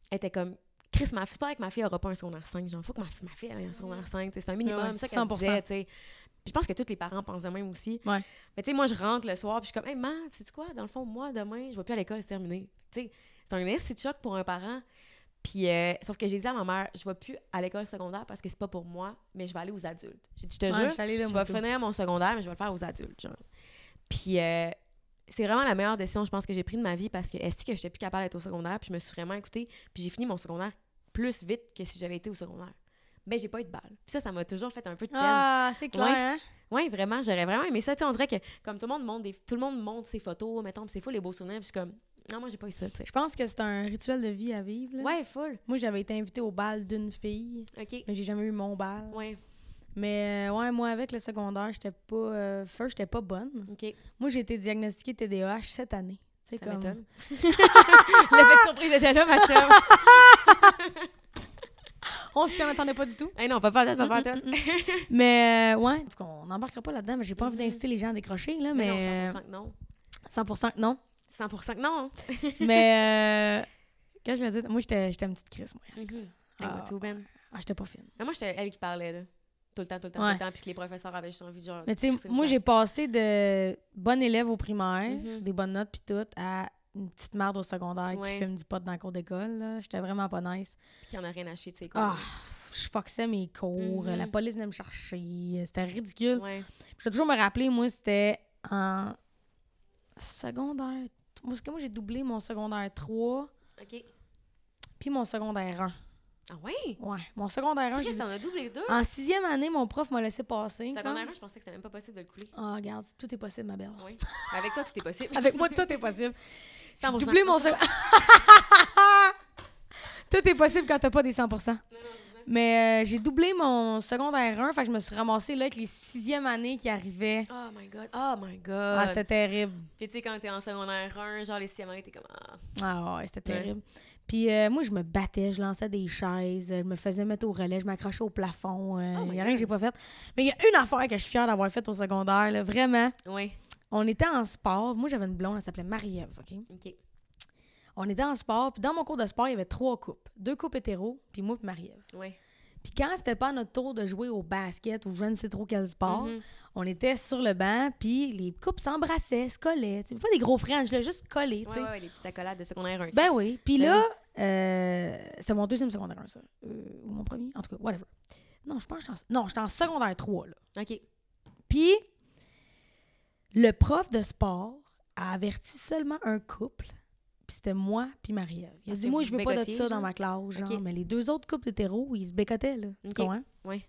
C: elle était comme, Chris, ma fille, pas que ma fille aura pas un secondaire 5. Genre, faut que ma, ma fille ait un secondaire 5. tu sais, C'est un minimum,
A: Ouais, ouais,
C: ça qu'elle
A: 100%.
C: disait, tu sais. Puis je pense que tous les parents pensent de même aussi.
A: Ouais.
C: Mais tu sais, moi, je rentre le soir, puis je suis comme, hey, man, tu sais quoi, dans le fond, moi, demain, je vais plus à l'école, c'est terminé. Tu sais, c'est un esti de choc pour un parent. Puis, euh, sauf que j'ai dit à ma mère, je vais plus à l'école secondaire parce que c'est pas pour moi, mais je vais aller aux adultes. J'ai dit, je te jure,
A: allée
C: je
A: moi,
C: vais
A: tout.
C: finir mon secondaire, mais je vais le faire aux adultes, genre. Puis, euh, c'est vraiment la meilleure décision, je pense, que j'ai prise de ma vie parce que est-ce que j'étais plus capable d'être au secondaire, puis je me suis vraiment écoutée, puis j'ai fini mon secondaire plus vite que si j'avais été au secondaire. Mais j'ai pas eu de balle. Puis ça, ça m'a toujours fait un peu de peine.
A: Ah, c'est clair,
C: Ouais.
A: hein?
C: Oui, vraiment, j'aurais vraiment aimé ça. Tu sais, on dirait que comme tout le monde montre, des, tout le monde montre ses photos, mettons, pis c'est fou les beaux souvenirs, puis je suis comme non, moi j'ai pas eu ça, tu sais.
A: Je pense que c'est un rituel de vie à vivre. là.
C: Ouais, full.
A: Moi, j'avais été invitée au bal d'une fille,
C: OK.
A: mais j'ai jamais eu mon bal.
C: Ouais,
A: Mais euh, ouais, moi, avec le secondaire, j'étais pas. euh, first, j'étais pas bonne.
C: OK.
A: Moi, j'ai été diagnostiquée TDAH cette année. Tu sais,
C: Ça
A: comme-
C: m'étonne. L'effet de surprise était là, ma chum.
A: On s'y entendait pas du tout.
C: hey, non, pas pas pas
A: Mm,
C: pas
A: mais euh, ouais, en tout cas, on n'embarquera pas là-dedans, mais j'ai pas envie d'inciter les gens à décrocher, là,
C: Mais Mm-hmm. non,
A: mais. euh,
C: 100% que non.
A: 100% que non.
C: 100% que non.
A: mais. euh, Quand je me disais. Moi, j'étais j'étais une petite crise, moi.
C: Mhm.
A: Ah,
C: Ah, tout ben.
A: Ah, j'étais pas fine.
C: Mais moi, j'étais elle qui parlait, là. Tout le temps, tout le temps,
A: Ouais.
C: tout le temps, puis que les professeurs avaient juste envie de genre.
A: Mais tu sais,
C: crisser une
A: moi, j'ai
C: claque.
A: passé de bonne élève au primaire,
C: Mhm.
A: des bonnes notes puis tout, à une petite merde au secondaire qui
C: Ouais.
A: fume du pot dans le cours d'école. là. J'étais vraiment pas nice.
C: Puis qu'il y en a rien à chier, tu sais, quoi.
A: Ah, je foxais mes cours,
C: Mhm.
A: la police venait me chercher, c'était ridicule.
C: Ouais.
A: Je vais toujours me rappeler, moi, c'était en secondaire. Parce que moi, j'ai doublé mon secondaire 3
C: OK.
A: puis mon secondaire 1.
C: Ah ouais?
A: Ouais, mon secondaire 1,
C: Chris,
A: Ah, j'ai-
C: t'en as doublé deux.
A: En sixième année, mon prof m'a laissé passer.
C: Secondaire,
A: comme-
C: un, je pensais que c'était même pas possible de le couler.
A: Ah, regarde, tout est possible, ma belle.
C: Oui. Mais Avec toi, tout est possible.
A: Avec moi, tout est possible. J'ai
C: 100%.
A: doublé mon secondaire. Tout est possible quand t'as pas des 100%. Mais euh, j'ai doublé mon secondaire 1, fait que je me suis ramassée là avec les sixièmes années qui arrivaient.
C: Oh my god, oh my
A: Ah,
C: god.
A: c'était terrible.
C: Puis tu sais, quand t'es en secondaire 1, genre les sixièmes années, t'es comme ah.
A: Ah ouais, c'était
C: Ouais.
A: terrible. Puis euh, moi, je me battais, je lançais des chaises, euh, je me faisais mettre au relais, je m'accrochais au plafond. Il
C: Oh my
A: n'y a rien que
C: God.
A: j'ai pas fait. Mais il y a une affaire que je suis fière d'avoir faite au secondaire, là, vraiment.
C: Ouais,
A: On était en sport. Moi, j'avais une blonde, elle s'appelait Marie-Ève, OK?
C: ok.
A: On était en sport, puis dans mon cours de sport, il y avait trois coupes. Deux coupes hétéro, puis moi, puis Marie-Ève.
C: Ouais.
A: Puis quand c'était pas à notre tour de jouer au basket ou je ne sais trop quel sport,
C: Mhm.
A: on était sur le banc, puis les couples s'embrassaient, se collaient. tu sais. Pas des gros French, là, juste collés, tu
C: Ouais,
A: sais.
C: ouais, ouais, les petites accolades de secondaire 1.
A: Ben oui. Puis
C: Ben
A: là, euh, c'était mon deuxième secondaire, un, ça. Euh, ou mon premier. En tout cas, whatever. Non, je pense que j'étais en- Non, j'étais en secondaire 3, là.
C: Ok.
A: Puis, le prof de sport a averti seulement un couple. Puis c'était moi puis Marie-Ève. Il a
C: Parce
A: dit,
C: que
A: moi,
C: Ah, vous
A: je veux pas de
C: bécotiez,
A: ça dans
C: genre?
A: ma classe, genre.
C: Ok.
A: Mais les deux autres couples d'hétéros, ils se bécotaient, là. Tu
C: Ok.
A: comprends?
C: Ouais.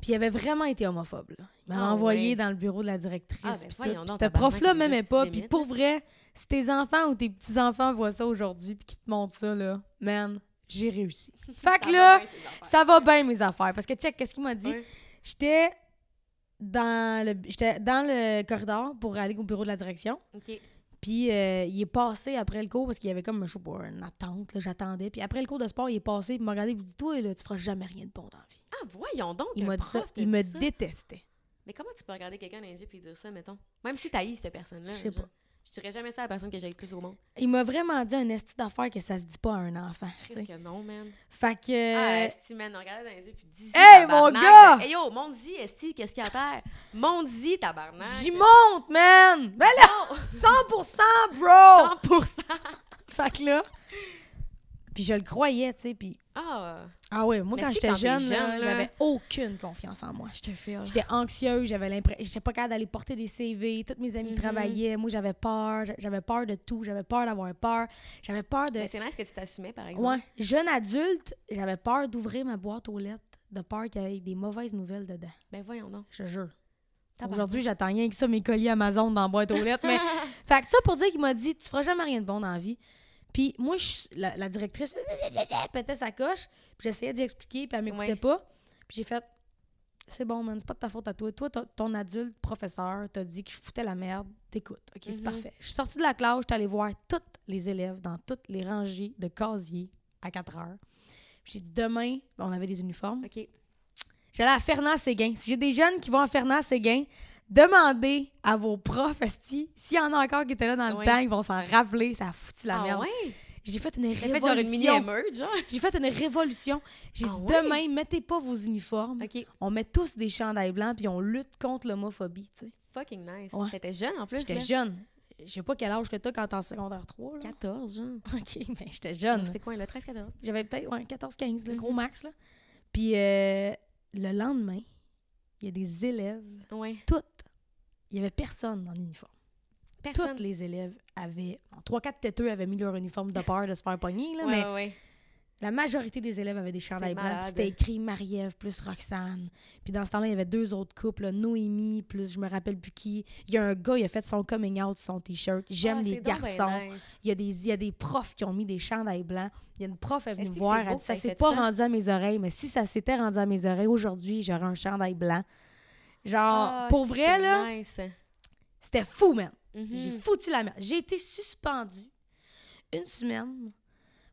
A: Puis il avait vraiment été homophobe, là. Il m'avait
C: Ah,
A: envoyé
C: ouais.
A: dans le bureau de la
C: Ah, ben,
A: directrice. puis tout.
C: voyons
A: Puis
C: donc,
A: ce
C: tabarnak,
A: prof-là
C: les
A: m'aimait
C: hosties
A: pas.
C: de
A: Puis
C: mythes,
A: pour vrai, si tes enfants ou tes petits-enfants voient ça aujourd'hui puis qu'ils te montrent ça, là, man, j'ai réussi. Fait
C: Ah,
A: que là, ça va bien mes affaires. Parce que check, qu'est-ce qu'il m'a dit?
C: Ouais.
A: J'étais dans le j'étais dans le corridor pour aller au bureau de la direction.
C: Ok.
A: Puis euh, il est passé après le cours parce qu'il y avait comme, je sais pas, une attente, là, j'attendais. Puis après le cours de sport, il est passé, puis il m'a regardé, puis il dit Toi, là, tu feras jamais rien de bon dans la vie.
C: Ah, voyons donc.
A: Il
C: un
A: m'a dit
C: prof
A: ça,
C: t'a
A: il me
C: dit ça.
A: détestait.
C: Mais comment tu peux regarder quelqu'un dans les yeux puis dire ça, mettons? Même si t'haïs cette personne-là.
A: Je sais
C: genre,
A: pas.
C: Je dirais jamais ça à la personne que j'ai le plus au monde.
A: Il m'a vraiment dit un esti d'affaires que ça se dit pas à un enfant. tu
C: Qu'est-ce
A: sais.
C: que non, man?
A: Fait que.
C: Ah, Esti, man, regarde dans les yeux puis dis
A: Hey, mon gars!
C: Hey, yo, monde-y, Esti, qu'est-ce qu'il y a à terre? Monde-y, tabarnak!
A: euh, J'y monte, man! Ben là,
C: Non!
A: 100%, bro!
C: 100%!
A: fait que là. Puis je le croyais, tu sais. Puis.
C: Ah!
A: Ah ouais, moi,
C: Mais
A: quand
C: c'est
A: j'étais
C: quand t'es
A: jeune,
C: jeune,
A: là,
C: là.
A: j'avais aucune confiance en moi.
C: je te fais.
A: J'étais anxieuse, j'avais l'impression. J'étais pas capable d'aller porter des CV. Toutes mes amies
C: Mhm.
A: travaillaient. Moi, j'avais peur. j'a- J'avais peur de tout. J'avais peur d'avoir peur. J'avais peur de.
C: Mais c'est nice que tu t'assumais, par exemple.
A: Ouais. Jeune adulte, j'avais peur d'ouvrir ma boîte aux lettres, de peur qu'il y ait des mauvaises nouvelles dedans.
C: Ben voyons donc.
A: Je jure.
C: Tabarnak.
A: Aujourd'hui, j'attends rien que ça, mes colliers Amazon dans la boîte aux lettres. mais, fait que ça pour dire qu'il m'a dit Tu feras jamais rien de bon dans la vie. Puis moi, je- la, la directrice pétait sa coche, puis j'essayais d'y expliquer, puis elle m'écoutait
C: Ouais.
A: pas. Puis j'ai fait C'est bon, man, c'est pas de ta faute à toi. Toi, ton- ton adulte professeur t'a dit que je foutais la merde, t'écoutes. OK, c'est
C: Mhm.
A: parfait. Je suis sortie de la classe, j'étais allée voir tous les élèves dans toutes les rangées de casiers à 4 heures. Puis j'ai dit Demain, on avait des uniformes.
C: OK.
A: J'allais à Fernand Séguin. Si j'ai des jeunes qui vont à Fernand Séguin, demandez à vos profs, esti, s'il y en a encore qui étaient là dans le
C: Ouais.
A: temps, ils vont s'en rappeler, ça a foutu la
C: ah
A: merde.
C: ouais?
A: J'ai fait une
C: T'as fait genre une mini
A: révolution.
C: émeute, genre?
A: J'ai fait une révolution. J'ai
C: Ah
A: dit
C: ouais?
A: demain, mettez pas vos uniformes.
C: OK.
A: On met tous des chandails blancs puis on lutte contre l'homophobie, tu sais.
C: Fucking nice.
A: Ouais.
C: T'étais jeune, en plus.
A: J'étais
C: là.
A: jeune. Je sais pas quel âge que t'as quand t'es en secondaire 3. Là.
C: 14, genre.
A: OK, mais j'étais
C: Non,
A: jeune.
C: C'était quoi, là? 13, 14?
A: J'avais peut-être ouais, 14-15, le
C: Mhm.
A: gros max. Là. Puis euh, le lendemain, il y a des élèves
C: Ouais.
A: toutes, il n'y avait personne dans l'uniforme.
C: Personne.
A: Toutes les élèves avaient, bon, trois, quatre têteux avaient mis leur uniforme de peur de se faire pogner, là,
C: ouais,
A: mais
C: ouais, ouais.
A: la majorité des élèves avaient des chandails blancs.
C: malade.
A: puis C'était écrit Marie-Ève plus Roxane. Puis dans ce temps-là, il y avait deux autres couples, là, Noémie plus je me rappelle plus qui. Il y a un gars, il a fait son coming out sur son t-shirt. J'aime
C: Ah,
A: les
C: c'est donc ben
A: garçons.
C: nice.
A: Il y, a des, il y a des profs qui ont mis des chandails blancs. Il y a une prof elle est venue
C: Est-ce
A: me
C: que
A: voir.
C: c'est
A: Elle
C: beau
A: dit, ça
C: que ça
A: s'est
C: ait fait
A: pas
C: ça?
A: rendu à mes oreilles, mais si ça s'était rendu à mes oreilles, aujourd'hui, j'aurais un chandail blanc. Genre,
C: Ah,
A: pour
C: c'est-
A: vrai,
C: c'est
A: là,
C: Nice.
A: c'était fou, man.
C: Mhm.
A: J'ai foutu la merde. J'ai été suspendue une semaine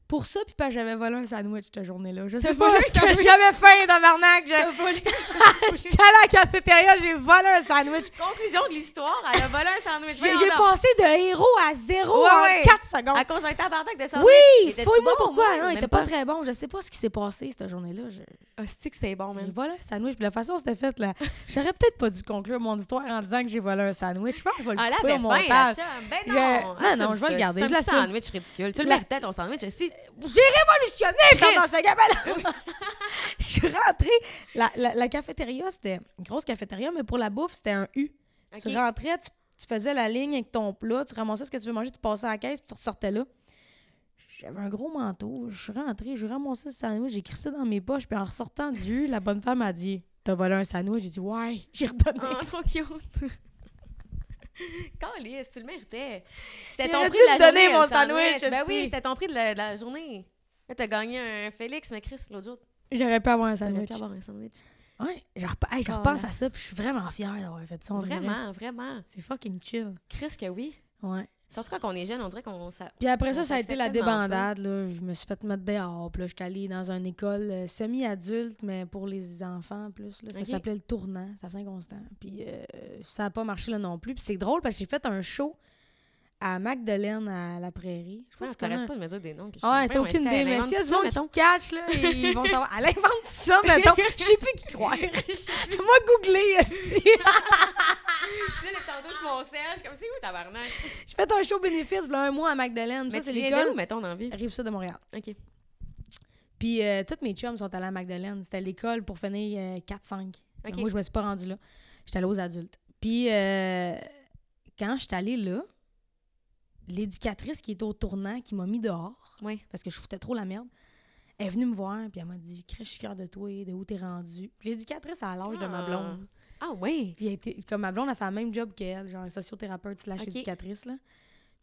A: pour ça, puis parce que j'avais volé un sandwich cette journée-là. Je sais pas
C: volé
A: parce
C: un
A: que
C: sandwich?
A: j'avais faim, tabarnak.
C: T'as
A: Je-
C: volé-
A: J'étais allée à la cafétéria, j'ai volé un sandwich.
C: Conclusion de l'histoire, elle a volé un sandwich.
A: J'ai
C: Voyons
A: j'ai
C: donc.
A: passé de héros à zéro
C: Ouais,
A: en
C: ouais.
A: 4 secondes.
C: À cause d'un tabarnak de sandwich.
A: Oui,
C: Était-tu
A: fouille-moi
C: bon,
A: pourquoi.
C: ouais,
A: non, il
C: même
A: était pas
C: pas.
A: très bon. Je sais pas ce qui s'est passé cette journée-là. Je-
C: Hostie que c'est bon,
A: J'ai
C: man.
A: volé un sandwich. Puis la façon dont c'était fait, là, j'aurais peut-être pas dû conclure mon histoire en disant que j'ai volé un sandwich. Je pense que je vais le
C: Ah là,
A: couper au
C: ben, ben,
A: montage.
C: ben
A: Je-
C: non!
A: non, non,
C: assume
A: je vais le
C: ça.
A: garder,
C: C'est
A: je
C: un petit
A: l'assume.
C: sandwich ridicule. Tu le
A: La-
C: méritais, ton sandwich. Si,
A: J'ai révolutionné Fernand
C: Christ!
A: Sagan. Ben non. Je suis rentrée. La, la- la cafétéria, c'était une grosse cafétéria, mais pour la bouffe, c'était un U.
C: Ok.
A: Tu rentrais, tu, tu faisais la ligne avec ton plat, tu ramassais ce que tu veux manger, tu passais à la caisse, puis tu ressortais là. J'avais un gros manteau. Je suis rentrée, j'ai ramassé le sandwich, j'ai écrit ça dans mes poches, puis en ressortant du U, la bonne femme a dit T'as volé un sandwich J'ai dit Ouais, j'ai redonné.
C: Oh, trop cute. Calice, tu le méritais. C'était
A: Il
C: ton
A: aurait
C: prix
A: dû
C: de la
A: me donner
C: journée,
A: mon
C: le sandwich.
A: sandwich,
C: Ben
A: esti.
C: oui, c'était ton prix de la, de la journée. Là, t'as gagné un Félix, mais Chris, l'autre jour,
A: J'aurais pu avoir un
C: t'aurais
A: sandwich.
C: pu avoir un sandwich.
A: Ouais, je repen- hey, je
C: Oh,
A: repense à
C: là.
A: ça, puis je suis vraiment fière d'avoir fait ça. on dirait.
C: Vraiment, vraiment.
A: C'est fucking chill.
C: Chris, que oui.
A: Ouais.
C: Surtout quand on est jeune, on dirait qu'on... Ça...
A: Puis après ça,
C: On
A: ça a été la
C: s'accepte tellement pas.
A: débandade. Là. Je me suis fait mettre dehors. Puis là, j'étais allée dans une école euh, semi-adulte, mais pour les enfants plus. Là. Ça
C: Ok.
A: s'appelait le tournant, c'est à Saint-Constant. Puis euh, ça n'a pas marché là non plus. Puis c'est drôle parce que j'ai fait un show à Magdelaine à la Prairie. Je
C: Je
A: pense
C: pense
A: que
C: t'arrêtes Ah, pas de me dire des noms. Que je ben,
A: Ah,
C: sais
A: ouais,
C: pas,
A: t'as
C: mais
A: aucune
C: c'était
A: idée,
C: la
A: mais
C: grande
A: s'il y a du
C: histoire,
A: monde
C: mettons.
A: qui catch, là, ils vont savoir. Elle invente ça, mettons. Je sais plus qui croire. Moi, googler, esti.
C: Je suis là, tantôt sur mon siège, comme c'est où, tabarnak?
A: J'ai fait un show bénéfice, là, un mois à Magdalene. Ça,
C: Mais
A: c'est
C: tu viens d'où,
A: l'école.
C: mettons, dans la vie?
A: Rive-Sud de Montréal.
C: OK.
A: Puis euh, toutes mes chums sont allés à Magdalene. C'était l'école pour finir euh, 4-5. Mais
C: Ok.
A: Moi, je me suis pas rendue là. J'étais allée aux adultes. Puis euh, quand je suis allée là, l'éducatrice qui était au tournant, qui m'a mis dehors,
C: Oui.
A: parce que je foutais trop la merde, elle est venue me voir, puis elle m'a dit Chris, je suis fière de toi, de où t'es rendue. L'éducatrice à l'âge de ma
C: Ah.
A: blonde.
C: Ah oui!
A: Puis elle était- comme ma blonde, elle fait le même job qu'elle, genre sociothérapeute slash
C: Ok.
A: éducatrice. Là.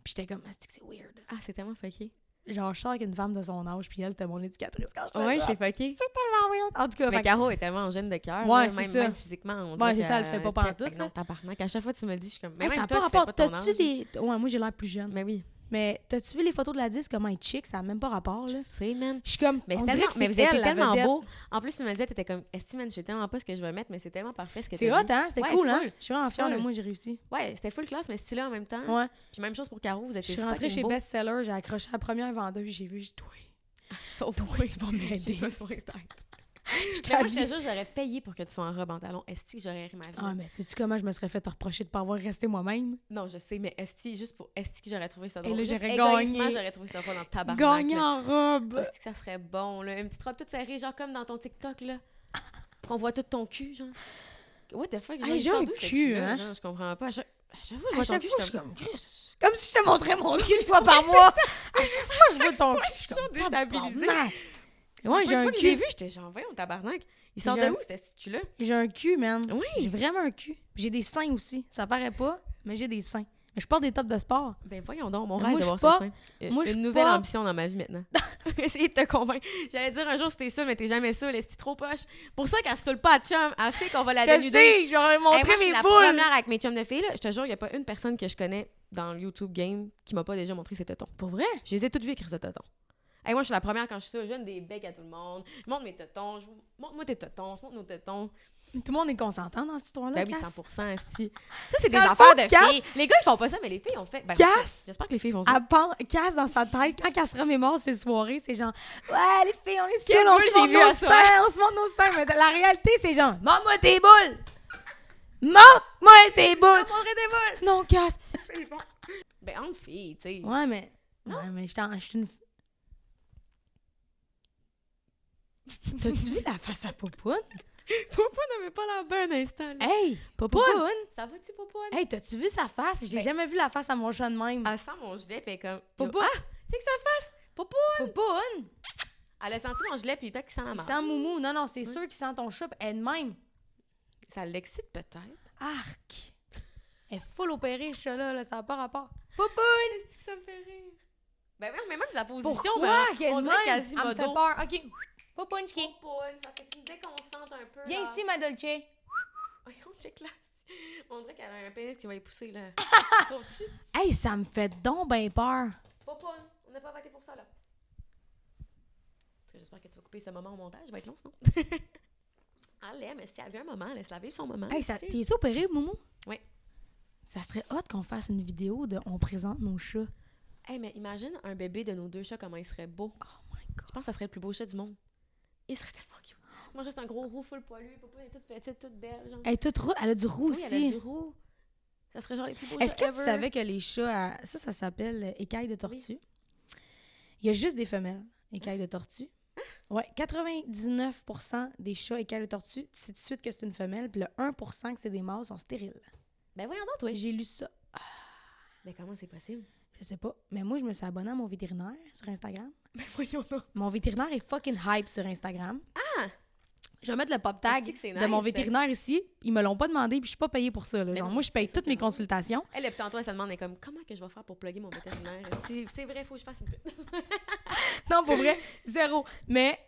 A: Puis j'étais comme, Ah, c'est que c'est weird.
C: Ah, c'est tellement fucké.
A: Genre, je sors avec une femme de son âge, puis elle, c'était mon éducatrice quand je faisais
C: Ouais,
A: ça.
C: c'est fucké.
A: Ah C'est tellement weird. En tout cas,
C: Mais
A: fait que-
C: Caro est tellement jeune de cœur.
A: Ouais,
C: là,
A: c'est
C: même,
A: ça.
C: même physiquement, on
A: Ouais,
C: dirait
A: c'est ça, elle
C: qu'elle-
A: fait pas pantoute,
C: Fait que
A: là.
C: Non, tabarnak. À chaque fois, tu me le dis, je suis comme. Mais
A: Hey, ça
C: même
A: n'a
C: toi,
A: pas
C: tu fais
A: rapport.
C: pas ton
A: T'as-tu
C: âge.
A: des. Ouais, moi, j'ai l'air plus jeune. Mais,
C: Mais oui.
A: t'as-tu vu les photos de la disque, comment elle chic? Ça n'a même pas rapport,
C: Je
A: là.
C: sais, man.
A: Je suis comme.
C: Mais,
A: on
C: c'est
A: dirait
C: tellement,
A: que
C: mais
A: c'est
C: vous étiez
A: elle, la
C: tellement
A: vedette.
C: beau. En plus, tu me le disais, t'étais comme, Esti, man, je sais tellement pas ce que je vais mettre, mais c'est tellement parfait ce que
A: C'est
C: t'as
A: hot,
C: mis.
A: hein? C'était
C: Ouais, Hein?
A: cool, hein?
C: full.
A: Je suis vraiment fière de
C: Full.
A: moi, j'ai réussi.
C: Ouais, c'était full classe, mais stylé en même temps.
A: Ouais.
C: Puis même chose pour Caro, vous
A: Je
C: êtes
A: suis rentrée chez Best Seller, j'ai accroché la première vendeuse, j'ai vu, j'ai dit, toi,
C: Sauf
A: toi, tu vas m'aider.
C: Mais moi, je te jure, j'aurais payé pour que tu sois en robe en talon. Esti, j'aurais ri ma vie.
A: Ah, mais sais-tu comment je me serais fait te reprocher de pas avoir resté moi-même?
C: Non, je sais, mais Esti, juste pour Esti que j'aurais trouvé ça
A: Et
C: drôle.
A: là,
C: Juste
A: j'aurais
C: égoïstement,
A: gagné.
C: j'aurais trouvé ça drôle en tabarnak. là.
A: Gagner en robe!
C: Esti que ça serait bon, là. Une petite robe toute serrée, genre comme dans ton TikTok, là. Qu'on voit tout ton cul, genre. What the fuck?
A: Ah,
C: genre, il
A: j'ai
C: sort
A: un
C: d'où ce
A: cul,
C: cul-là,
A: hein?
C: genre, Je comprends pas. À chaque à chaque fois, je
A: À
C: vois ton
A: chaque
C: cul,
A: fois,
C: je
A: je suis
C: suis
A: comme,
C: comme...
A: Chris, comme si je te montrais mon cul une fois par mois! À chaque fois, je vois ton cul, je suis
C: Je
A: comme,
C: suis déstabilisée.
A: tabarnak! Ouais, j'ai
C: La première
A: un
C: fois que je l'ai
A: cul.
C: vu, j'étais genre, voyons, tabarnak. Il sort
A: J'ai-
C: de où, cet esti de cul-là?
A: J'ai un cul, man.
C: Oui.
A: J'ai vraiment un cul. J'ai des seins aussi. Ça paraît pas, mais j'ai des seins. Mais je porte des tops de sport.
C: Ben voyons donc, mon
A: Moi, je
C: rêve de
A: suis pas-
C: voir ça. Une
A: moi, je suis
C: nouvelle
A: pas-
C: ambition dans ma vie maintenant. Essayer de te convaincre. J'allais dire un jour c'était ça, mais t'es jamais ça, c'est trop poche. Pour ça qu'elle se saoule pas à chum, elle sait qu'on va la dénuder.
A: j'aurais
C: Hey, moi, je suis la première avec mes chums de filles, là. Je te jure, il n'y a pas une personne que je connais dans le YouTube game qui m'a pas déjà montré ses tétons.
A: Pour vrai?
C: Je les ai toutes vues écrire ses tétons. Hey, moi, je suis la première quand je suis ça, je donne des becs à tout le monde. Je montre mes tétons, je vous- montre-moi tes tétons, je montre nos tétons.
A: Tout le monde est consentant dans cette histoire-là.
C: Ben oui,
A: Cass?
C: 100 esti. Ça, c'est des
A: Dans le
C: affaires
A: fond,
C: de
A: Cass-
C: filles. Les gars, ils font pas ça, mais les filles ont fait. Ben,
A: Cass-
C: J'espère que les filles font ça.
A: Elle pense- casse dans sa tête, quand elle se remémore ses soirées, c'est genre Ouais, les filles, on est
C: Quel
A: seules, on
C: boule
A: se montre
C: j'ai vu à
A: nos
C: ça.
A: seins, on se montre nos seins. Mais la réalité, c'est genre Montre-moi tes boules Montre-moi tes boules
C: des
A: Non, casse
C: C'est bon. Ben, en fille, tu sais.
A: Ouais, mais. Ouais, mais je t'en je suis une. T'as-tu vu la face à Popoun?
C: Papa n'avait pas la bonne instant. là.
A: Hey!
C: Popoun! Ça va-tu, Papa?
A: Hey, t'as-tu vu sa face? Je l'ai
C: Ben-
A: jamais vu la face à mon chat de même.
C: Elle sent mon gilet, puis elle est comme. yo,
A: Popoun!
C: Ah, tu sais que ça fasse? Papa!
A: Popoun! Ah,
C: Elle a senti mon gilet, puis peut-être qu'il sent la
A: Il
C: marde.
A: sent Moumou. Non, non, c'est sûr qu'il sent ton chat, puis elle de même.
C: Ça l'excite peut-être.
A: Arc! Elle est full opérée, ce chat-là, là, ça n'a pas rapport. Popoun!
C: Est-ce que ça me fait rire? Ben, oui, mais même sa position,
A: Pourquoi
C: ben,
A: qu'elle est
C: on
A: de
C: dirait
A: même? Elle
C: Quasimodo.
A: me fait peur. OK. Popoun, chiki.
C: Popoun, parce que tu me déconcentres un peu.
A: Viens
C: là.
A: ici, ma Dolce.
C: Voyons, check là. On dirait qu'elle a un pénis qui va y pousser, là. Trouves-tu?
A: Hey, ça me fait donc ben peur.
C: Popoun, on n'a pas voté pour ça, là. Parce que J'espère que tu vas couper ce moment au montage. Ça va être long, sinon. Allez, mais si elle a vu un moment, laisse-la vivre son moment.
A: Hey, ça,
C: tu sais.
A: t'es opéré, Moumou?
C: Oui.
A: Ça serait hot qu'on fasse une vidéo de On présente nos chats.
C: Hey, mais imagine un bébé de nos deux chats, comment il serait beau.
A: Oh my god.
C: Je pense que ça serait le plus beau chat du monde. Il serait tellement cute. Moi, juste un gros roux full poilu. Popo, elle est toute petite, toute belle. Genre.
A: Elle, est toute roux- elle a du roux
C: Oui, elle a
A: aussi.
C: du roux. Ça serait genre les plus beaux
A: Est-ce que
C: chats
A: tu
C: ever.
A: savais que les chats, à- ça, ça s'appelle euh, écailles de tortue? Il y a juste des femelles, écailles de tortue.
C: Ah.
A: Ouais, 99% des chats écailles de tortue, tu sais tout de suite que c'est une femelle, puis le 1% que c'est des mâles sont stériles.
C: Ben voyons donc, toi.
A: J'ai lu ça,
C: Mais comment c'est possible?
A: je sais pas, mais moi, je me suis abonnée à mon vétérinaire sur Instagram.
C: Ben voyons donc.
A: Mon vétérinaire est fucking hype sur Instagram.
C: Ah!
A: Je vais mettre le pop tag
C: Est-ce que c'est
A: de mon
C: nice? Ben
A: vétérinaire ici. Ils me l'ont pas demandé, puis je suis pas payée pour ça. là. Genre,
C: non,
A: moi, je paye
C: c'est ça
A: toutes mes
C: qui est drôle.
A: consultations.
C: Elle, puis tantôt, elle se demande, elle est comme, comment que je vais faire pour plugger mon vétérinaire? Si- c'est vrai, faut que je fasse une
A: Non, pour vrai, zéro. Mais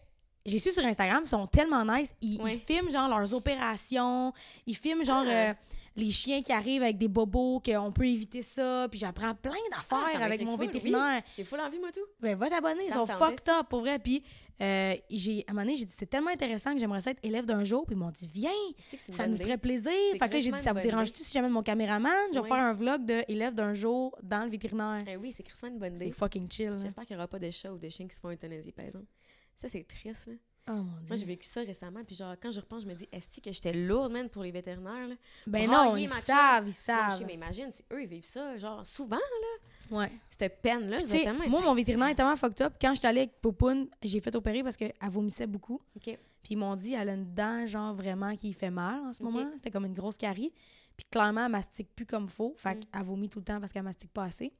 A: j'ai su sur Instagram, ils sont tellement nice. Ils, ils
C: Ouais.
A: filment genre leurs opérations, ils filment genre
C: Ah.
A: euh, les chiens qui arrivent avec des bobos, qu'on peut éviter ça. Puis j'apprends plein d'affaires
C: Ah, ça
A: avec
C: m'intrigue
A: mon
C: full, oui.
A: vétérinaire.
C: J'ai full envie, moi, tout.
A: Ben, va t'abonner, ils
C: Ça
A: sont
C: me tendait,
A: fucked up, pour vrai. Puis euh, j'ai, à un moment donné, j'ai dit, c'est tellement intéressant que j'aimerais ça être élève d'un jour. Puis ils m'ont dit, viens,
C: Est-ce que c'est une
A: ça
C: bonne
A: nous
C: idée?
A: ferait plaisir.
C: C'est
A: Fait que là, j'ai
C: crissement
A: dit, ça
C: une
A: vous
C: bonne
A: dérange-tu si j'amène mon caméraman? Je vais
C: Ouais.
A: faire un vlog de élève d'un jour dans le vétérinaire.
C: Eh oui, c'est crissement une bonne
A: C'est hein.
C: idée.
A: fucking chill. là.
C: J'espère qu'il n'y aura pas de chats ou de chiens qui se font euthanasier, par exemple. Ça, c'est triste, là.
A: Oh mon dieu.
C: Moi, j'ai vécu ça récemment, puis genre, quand je repense, je me dis, est-ce que j'étais lourde, man, pour les vétérinaires, là?
A: Ben
C: brailler
A: non, ils
C: ma chum.
A: savent, ils
C: Non, je sais,
A: savent.
C: mais imagine, c'est eux, ils vivent ça, genre, souvent,
A: Ouais.
C: cette peine-là.
A: Tu sais, moi, mon vétérinaire est tellement fucked up. Quand j'étais allée avec Popoun, j'ai fait opérer parce qu'elle vomissait beaucoup.
C: OK.
A: Puis ils m'ont dit, elle a une dent, genre, vraiment qui fait mal en ce
C: Ok.
A: moment. C'était comme une grosse carie. Puis clairement, elle mastique plus comme faut. Fait
C: Mm.
A: qu'elle vomit tout le temps parce qu'elle mastique pas assez.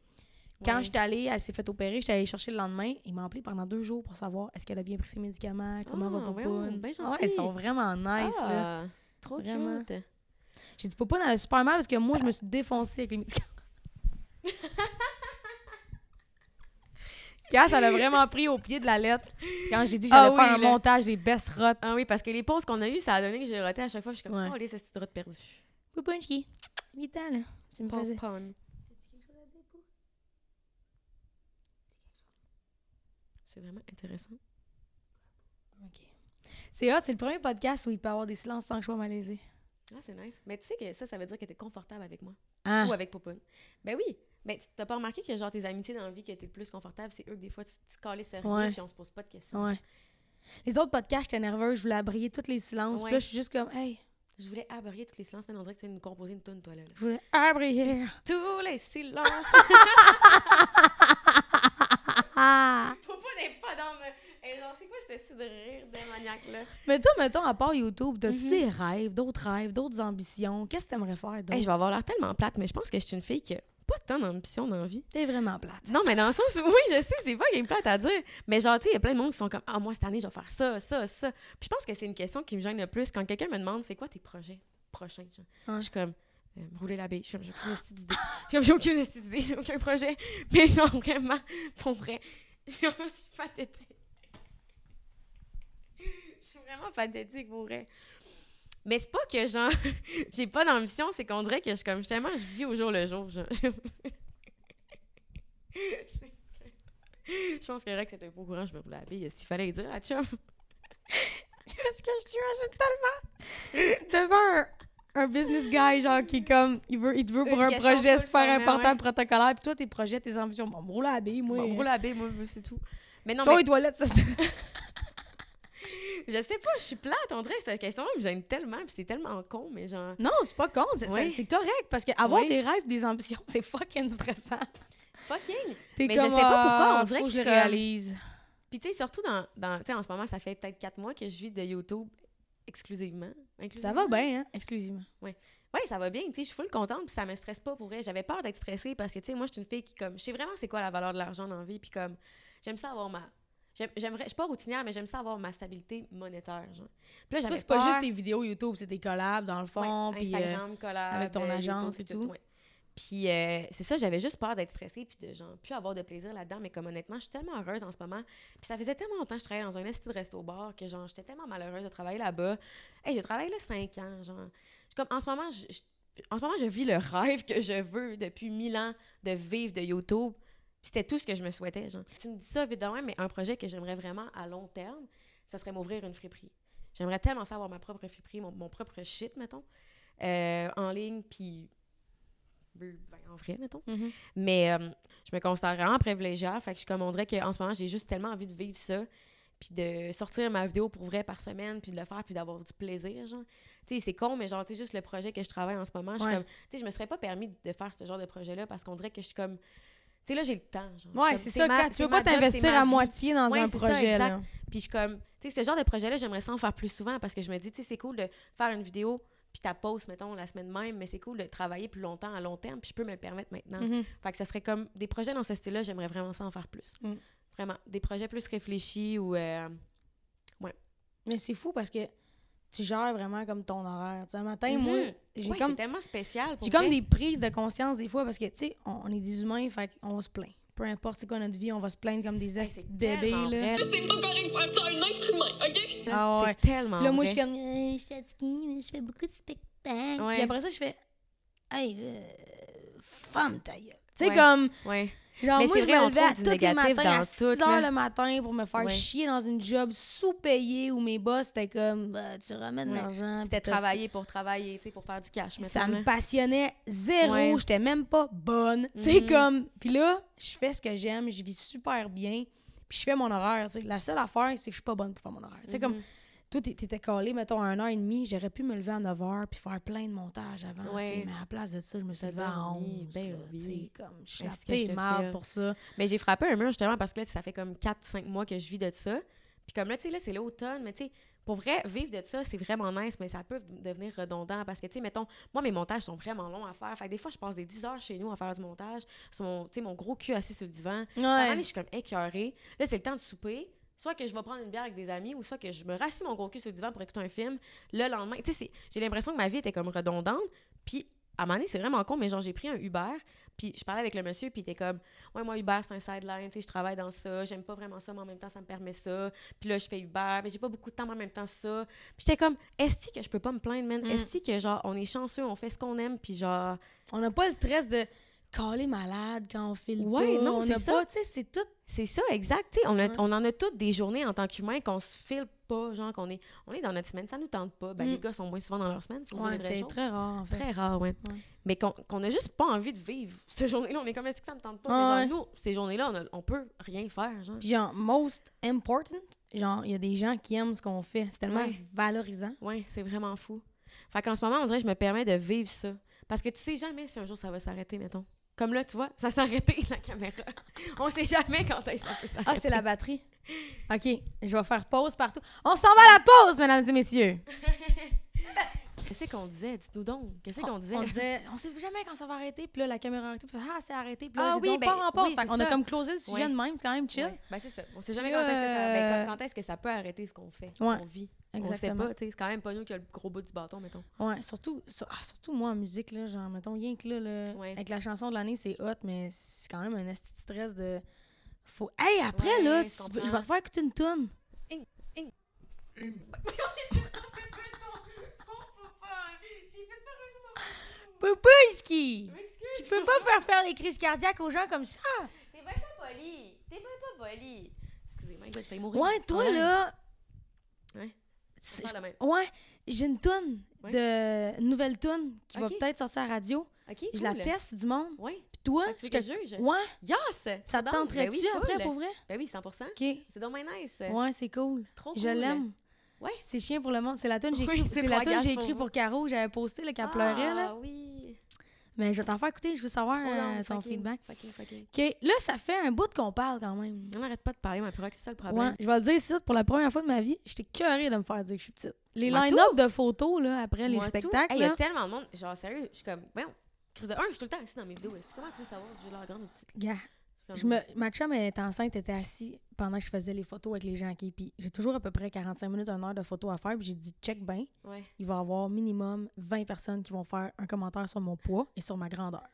A: Quand
C: Ouais.
A: j'étais allée, elle s'est fait opérer. J'étais allée chercher le lendemain. Ils m'ont appelé pendant deux jours pour savoir est-ce qu'elle a bien pris ses médicaments, comment va
C: Ah, ouais,
A: Popoun.
C: ouais, ben
A: Ah ouais, elles
C: gentil.
A: sont vraiment nice, là.
C: Ah, trop
A: Vraiment.
C: cute.
A: J'ai dit, Popoun, elle a super mal parce que moi, je me suis défoncée avec les médicaments. Cass, elle a vraiment pris au pied de la lettre quand j'ai dit que
C: Ah
A: j'allais faire
C: oui,
A: un
C: là.
A: montage des best rottes.
C: Ah oui, parce que les pauses qu'on a eues, ça a donné que j'ai roté à chaque fois. puis Je suis comme,
A: Ouais.
C: oh, les cette route perdue.
B: Poupunchki, 8 ans, là. Tu me faisais.
C: Pon-pon. C'est vraiment intéressant.
A: C'est hot, c'est le premier podcast où il peut y avoir des silences sans que je sois malaisée.
C: Ah, c'est nice. Mais tu sais que ça, ça veut dire que t'es confortable avec moi
A: Ah,
C: ou avec Popoun. Ben oui. Ben, tu- t'as pas remarqué que genre tes amitiés dans la vie que t'es le plus confortable, c'est eux que des fois tu, tu cales les sérieux
A: Ouais.
C: puis on se pose pas de questions.
A: ouais. Les autres podcasts, j'étais nerveuse, je voulais abrier tous les silences.
C: Ouais.
A: Puis là, je suis juste comme, hey,
C: Je voulais abrier toutes les silences, mais on dirait que tu viens de nous composer une tonne, toi, là. là.
A: je voulais abrier.
C: Tous les silences! Popoun n'est pas dans le... Hey, genre, c'est quoi cette style de rire de maniaque-là?
A: Mais toi, mettons, à part YouTube, t'as-tu des rêves, d'autres rêves, d'autres ambitions? Qu'est-ce que t'aimerais faire d'autre?
C: Hey, Eh, je vais avoir l'air tellement plate, mais je pense que je suis une fille qui a pas tant d'ambition dans la vie.
A: T'es vraiment plate.
C: Non, mais dans le sens où, oui, je sais, c'est pas game plate à dire. Mais genre, tu sais, il y a plein de monde qui sont comme, ah, moi, cette année, je vais faire ça, ça, ça. Puis je pense que c'est une question qui me gêne le plus. Quand quelqu'un me demande, c'est quoi tes projets prochains, genre,
A: Ouais.
C: je suis comme, Euh, rouler la baie. Je suis comme, j'ai aucune esti d'idée. Je suis comme, j'ai aucune esti d'idée, j'ai aucun projet. Mais genre, vraiment, pour vrai, je suis pathétique. Je suis vraiment pathétique, pour vrai. Mais c'est pas que, genre, j'ai pas d'ambition, c'est qu'on dirait que je suis comme, tellement, je vis au jour le jour, genre. Je pense que Rex était pas au courant, je me voulais appeler. S'il fallait le dire à chum.
A: Parce que je t'imagine tellement devant un, un business guy, genre, qui est comme, il, veut, il te veut pour
C: Une
A: un
C: question
A: projet
C: full
A: super
C: formelle,
A: important,
C: ouais.
A: protocolaire, puis toi, tes projets, tes ambitions, bon, me roule à la bille, moi.
C: Bon,
A: Bon,
C: roule la baie, moi, c'est tout. Mais non,
A: les toilettes, ça, c'est-
C: mais je sais pas, je suis plate, on dirait que cette question-là me gêne tellement, puis c'est tellement con, mais genre.
A: Non, c'est pas con, c'est
C: Ouais.
A: c'est- c'est correct, parce qu'avoir
C: Ouais.
A: des rêves, des ambitions, c'est fucking stressant.
C: Fucking!
A: T'es
C: Mais je sais pas pourquoi,
A: ah,
C: on dirait
A: faut
C: que je
A: je
C: suis comme-
A: réalise.
C: Puis tu sais, surtout dans. dans tu sais, en ce moment, ça fait peut-être quatre mois que je vis de YouTube exclusivement.
A: Ça va bien, hein, exclusivement.
C: Oui, ça va bien. Tu sais, je suis full contente, puis ça me stresse pas pour vrai. J'avais peur d'être stressée parce que, tu sais, moi, je suis une fille qui, comme, je sais vraiment c'est quoi la valeur de l'argent dans la vie, puis comme, j'aime ça avoir ma. j'aime- J'aimerais, je suis pas routinière, mais j'aime ça avoir ma stabilité monétaire, genre. Puis
A: Toi,
C: là, j'avais
A: c'est pas
C: peur-
A: juste tes vidéos YouTube, c'est tes collabs, dans le fond,
C: Ouais,
A: puis... euh,
C: Instagram, collab,
A: avec ton
C: euh,
A: agence et
C: YouTube,
A: tout.
C: ouais. Puis euh, c'est ça, j'avais juste peur d'être stressée puis de genre plus avoir de plaisir là-dedans, mais comme honnêtement, je suis tellement heureuse en ce moment. Puis ça faisait tellement longtemps que je travaillais dans un esti de resto bar que genre j'étais tellement malheureuse de travailler là-bas. Hey, j'ai travaillé là cinq ans, genre. Je- Comme en ce moment, je, je- en ce moment, je vis le rêve que je veux depuis mille ans de vivre de YouTube. Puis c'était tout ce que je me souhaitais, genre. Tu me dis ça vite de même, mais un projet que j'aimerais vraiment à long terme, ça serait m'ouvrir une friperie. J'aimerais tellement ça avoir ma propre friperie, mon, mon propre shit, mettons, euh, en ligne, puis ben, en vrai, mettons.
A: Mhm.
C: Mais euh, je me considère vraiment privilégiée. Fait que je, comme on dirait qu'en ce moment, j'ai juste tellement envie de vivre ça. Puis de sortir ma vidéo pour vrai par semaine, puis de le faire, puis d'avoir du plaisir, genre. Tu sais, c'est con, mais genre, tu sais, juste le projet que je travaille en ce moment, je suis
A: Ouais.
C: comme... Tu sais, je me serais pas permis de faire ce genre de projet-là parce qu'on dirait que je suis comme... Tu sais, là, j'ai le temps, genre. Je suis
A: Ouais,
C: comme,
A: c'est ça,
C: ma-
A: quand tu
C: c'est
A: veux
C: ma
A: pas
C: job, c'est
A: t'investir
C: ma
A: à
C: vie.
A: moitié dans
C: Ouais,
A: un
C: c'est ça,
A: projet,
C: exact.
A: là.
C: Puis je suis comme, tu sais, ce genre de projet-là, j'aimerais ça en faire plus souvent parce que je me dis, tu sais, c'est cool de faire une vidéo, puis ta pause, mettons, la semaine même, mais c'est cool de travailler plus longtemps, à long terme, puis je peux me le permettre maintenant.
A: Mhm.
C: Fait que ça serait comme des projets dans ce style-là, j'aimerais vraiment ça en faire plus.
A: Mm.
C: Vraiment. Des projets plus réfléchis ou. euh,
A: Mais c'est fou parce que tu gères vraiment comme ton horaire. Tu sais, un matin, Ben,
C: Mhm.
A: moi, j'ai
C: ouais,
A: comme,
C: C'est tellement spécial. Pour
A: j'ai comme
C: vrai.
A: des prises de conscience des fois parce que, tu sais, on, on est des humains, fait qu'on se plaint. Peu importe c'est quoi notre vie, on va se plaindre comme des
C: Hey,
A: estis de
C: c'est
A: bébés,
C: tellement
A: là.
C: vrai.
D: C'est pas pareil de faire ça à un être humain, ok?
A: Ah ouais.
C: C'est tellement.
A: Puis là, moi, je
C: vrai.
A: suis comme...
B: Euh, je suis fatiguée, mais je fais beaucoup de spectacles.
A: Puis
C: Ouais.
A: après ça, je fais... Hey, euh, femme ta gueule. Tu sais,
C: Ouais.
A: comme... Ah,
C: Ouais.
A: Genre,
C: Mais
A: moi,
C: c'est
A: je
C: vrai, on
A: me levais à
C: trouve du
A: tous les
C: négatif
A: matins à
C: dans
A: 6
C: tout,
A: heures
C: là.
A: le matin pour me faire
C: Ouais.
A: chier dans une job sous-payée où mes boss étaient comme... Bah, tu ramènes
C: Ouais.
A: l'argent.
C: C'était
A: puis t'as ça.
C: travailler pour travailler, tu sais, pour faire du cash. mettons,
A: ça me
C: là.
A: passionnait zéro,
C: Ouais.
A: j'étais même pas bonne. Tu sais
C: Mhm.
A: comme puis là, je fais ce que j'aime, je vis super bien, puis je fais mon horaire, tu sais. La seule affaire c'est que je suis pas bonne pour faire mon horaire. Tu sais comme
C: Mm-hmm.
A: toi t'é- t'étais collé mettons à 1h30, j'aurais pu me lever à 9h puis faire plein de montages avant, tu sais,
C: Ouais.
A: mais à la place de ça, je me suis
C: T'as
A: levée à
C: dormi,
A: 11.
C: ben
A: là, tu sais,
C: oui.
A: comme je suis
C: Est-ce
A: la
C: que je te
A: pire marde
C: file?
A: pour ça.
C: Mais j'ai frappé un mur justement parce que là, ça fait comme 4-5 mois que je vis de ça. Puis comme là, tu sais, là, c'est l'automne, mais tu sais, pour vrai, vivre de ça, c'est vraiment nice, mais ça peut devenir redondant parce que, tu sais, mettons, moi, mes montages sont vraiment longs à faire. Fait que des fois, je passe des 10 heures chez nous à faire du montage. Sur mon, tu sais, mon gros cul assis sur le divan. Par année, je suis comme écœurée. Là, c'est le temps de souper. Soit que je vais prendre une bière avec des amis ou soit que je me rassis mon gros cul sur le divan pour écouter un film. Le lendemain, tu sais, c'est- j'ai l'impression que ma vie était comme redondante. Puis, à un moment donné, c'est vraiment con, mais genre, j'ai pris un Uber Puis je parlais avec le monsieur, puis il était comme Ouais, moi, Uber, c'est un sideline, tu sais, je travaille dans ça, j'aime pas vraiment ça, mais en même temps, ça me permet ça. Puis là, je fais Uber, mais j'ai pas beaucoup de temps, mais en même temps, ça. Puis j'étais comme Est-ce que je peux pas me plaindre, man?
A: Mm.
C: Est-ce que, genre, on est chanceux, on fait ce qu'on aime, puis genre.
B: On n'a pas le stress de caler malade quand on fait le
C: Ouais,
B: pas.
C: non,
B: on
C: c'est
B: n'a
C: ça.
B: pas, tu sais, c'est tout.
C: C'est ça, exact. tu sais, On, a-
B: Ouais.
C: on en a toutes des journées en tant qu'humain qu'on se file pas, genre qu'on est, on est dans notre semaine, ça nous tente pas. Ben,
A: Mm.
C: Les gars sont moins souvent dans leur semaine, faut se dire
A: Ouais,
C: les vraies
A: c'est
C: choses.
A: très rare, en fait.
C: Très rare, ouais.
A: Ouais.
C: Mais qu'on qu'on a juste pas envie de vivre cette journée-là. On est comme, est-ce que ça me tente pas?
A: Ah
C: Mais genre, nous, ces journées-là, on, a- on peut rien faire, genre.
B: Puis genre, most important, genre, il y a des gens qui aiment ce qu'on fait. C'est tellement
C: Ouais.
B: valorisant.
C: Ouais, c'est vraiment fou. Fait qu'en ce moment, on dirait que je me permets de vivre ça. Parce que tu sais jamais si un jour ça va s'arrêter, mettons. Comme là, tu vois, ça s'est arrêté, la caméra. on sait jamais quand est-ce que ça peut s'arrêter.
A: Ah, c'est la batterie. OK, je vais faire pause partout. On s'en va à la pause, mesdames et messieurs.
C: Qu'est-ce qu'on disait? Dites-nous donc. Qu'est-ce qu'on disait?
A: Ah, On disait, on sait jamais quand ça va arrêter. Puis là, la caméra a arrêté. Puis ah, c'est arrêté. Puis là,
C: Ah
A: j'ai dit,
C: oui,
A: on
C: ben,
A: part en pause.
C: oui,
A: Fait
C: c'est
A: qu'on a
C: ça.
A: comme closé le sujet
C: Ouais.
A: de même. C'est quand même chill.
C: Ouais. Ben, c'est ça. On sait jamais
A: Puis,
C: quand est-ce que ça, ben,
A: euh,
C: quand, quand est-ce que ça peut arrêter ce qu'on fait, ce
A: Ouais,
C: qu'on vit.
A: exactement.
C: On sait pas, tu sais. C'est quand même pas nous qui a le gros bout du bâton, mettons.
A: Ouais, surtout, sur- ah, surtout moi en musique, là, genre, mettons, rien que là, là,
C: Ouais.
A: avec la chanson de l'année, c'est hot, mais c'est quand même un esti de stress de. Faut... Hey, après, là,
C: Ouais,
A: tu
C: je
A: veux-
C: comprends.
A: je vais te faire écouter une toune. Pupuski! Tu peux pas faire faire les crises cardiaques aux gens comme ça!
C: T'es bien pas poli. T'es bien pas poli. Excusez-moi, gars, je vais mourir.
A: Ouais, toi,
C: Ouais.
A: là.
C: Ouais.
A: c'est-
C: Pas la même.
A: Ouais, j'ai une toune,
C: Ouais.
A: de, une nouvelle toune qui va
C: Ok.
A: peut-être sortir à la radio.
C: Ok,
A: Je
C: cool.
A: la teste du monde.
C: Ouais.
A: Puis toi,
C: Fait que tu
A: je
C: veux que
A: te-
C: je juge?
A: Ouais,
C: Yes!
A: ça te
C: Donc, ben
A: tenterait-tu
C: oui,
A: après,
C: full.
A: pour vrai?
C: Ben oui, 100
A: Ok.
C: C'est donc bien nice.
A: Ouais, c'est cool.
C: Trop
A: Je
C: cool.
A: l'aime.
C: Ouais.
A: C'est chien pour le monde. C'est la tune que j'ai
C: Oui,
A: écrite
C: c'est
A: c'est la
C: trois
A: toune que j'ai
C: gaz pour
A: écrite
C: vous.
A: pour Caro. J'avais posté là, qu'elle pleurait. Là.
C: Ah oui.
A: Mais je vais t'en faire écouter. Je veux savoir
C: Trop long,
A: euh, ton
C: fucking,
A: feedback.
C: Fucking, fucking.
A: OK. Là, ça fait un bout qu'on parle quand même.
C: On n'arrête pas de parler, ma proc, c'est ça le
A: Ouais,
C: problème.
A: je vais le dire ici, pour la première fois de ma vie, j'étais curée de me faire dire que je suis petite. Les
C: Moi,
A: line-up de photos là, après les
C: Moi, tout.
A: spectacles,
C: Hey, Il y
A: là,
C: a tellement de monde. Genre, sérieux, je suis comme, voyons. Crise de un, je suis tout le temps assis dans mes vidéos. est-ce que- Comment tu veux savoir si j'ai l'air grande ou petite?
A: gars,
C: Comme-
A: je me... ma chum elle est enceinte, elle était assise pendant que je faisais les photos avec les gens. qui Puis j'ai toujours à peu près 45 minutes, une heure de photos à faire. Puis j'ai dit, check bien,
C: Ouais.
A: il va y avoir minimum 20 personnes qui vont faire un commentaire sur mon poids et sur ma grandeur.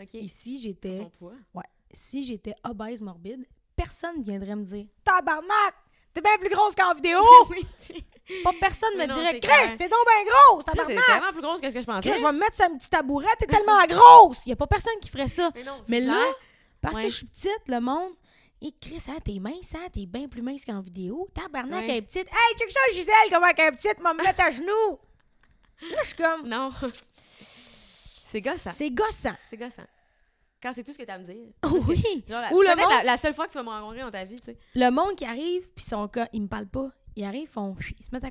C: Ok.
A: Et si
C: Sur
A: j'étais
C: ton poids.
A: si j'étais obèse morbide, personne viendrait me dire Tabarnak, t'es bien plus grosse qu'en vidéo.
C: oui, tu sais.
A: Pas personne me
C: Non,
A: dirait
C: c'est
A: Chris,
C: clair.
A: t'es donc bien grosse,
C: C'est
A: tabarnak.
C: tellement plus grosse que ce que je pensais.
A: Chris, je vais me mettre sur un petit tabouret, t'es tellement grosse. Y a pas personne qui ferait ça.
C: Mais non, c'est
A: Mais là,
C: clair.
A: parce que
C: Ouais.
A: je suis petite, le monde. Et Chris, hein, t'es mince, hein, t'es bien plus mince qu'en vidéo. Tabarnak,
C: Ouais.
A: elle est petite. Hey, check ça, Gisèle, comment elle est petite, m'a me mettre à genoux. Là, je suis comme.
C: Non. C'est gossant.
A: C'est gossant.
C: C'est gossant. Quand c'est tout ce que t'as à me dire.
A: Oui.
C: Genre, la,
A: Ou le
C: peut-être
A: monde-
C: la, la seule fois que tu vas me rencontrer dans ta vie, tu sais.
A: Le monde qui arrive, puis son cas, ils me parlent pas. Ils arrivent, font, ils se mettent à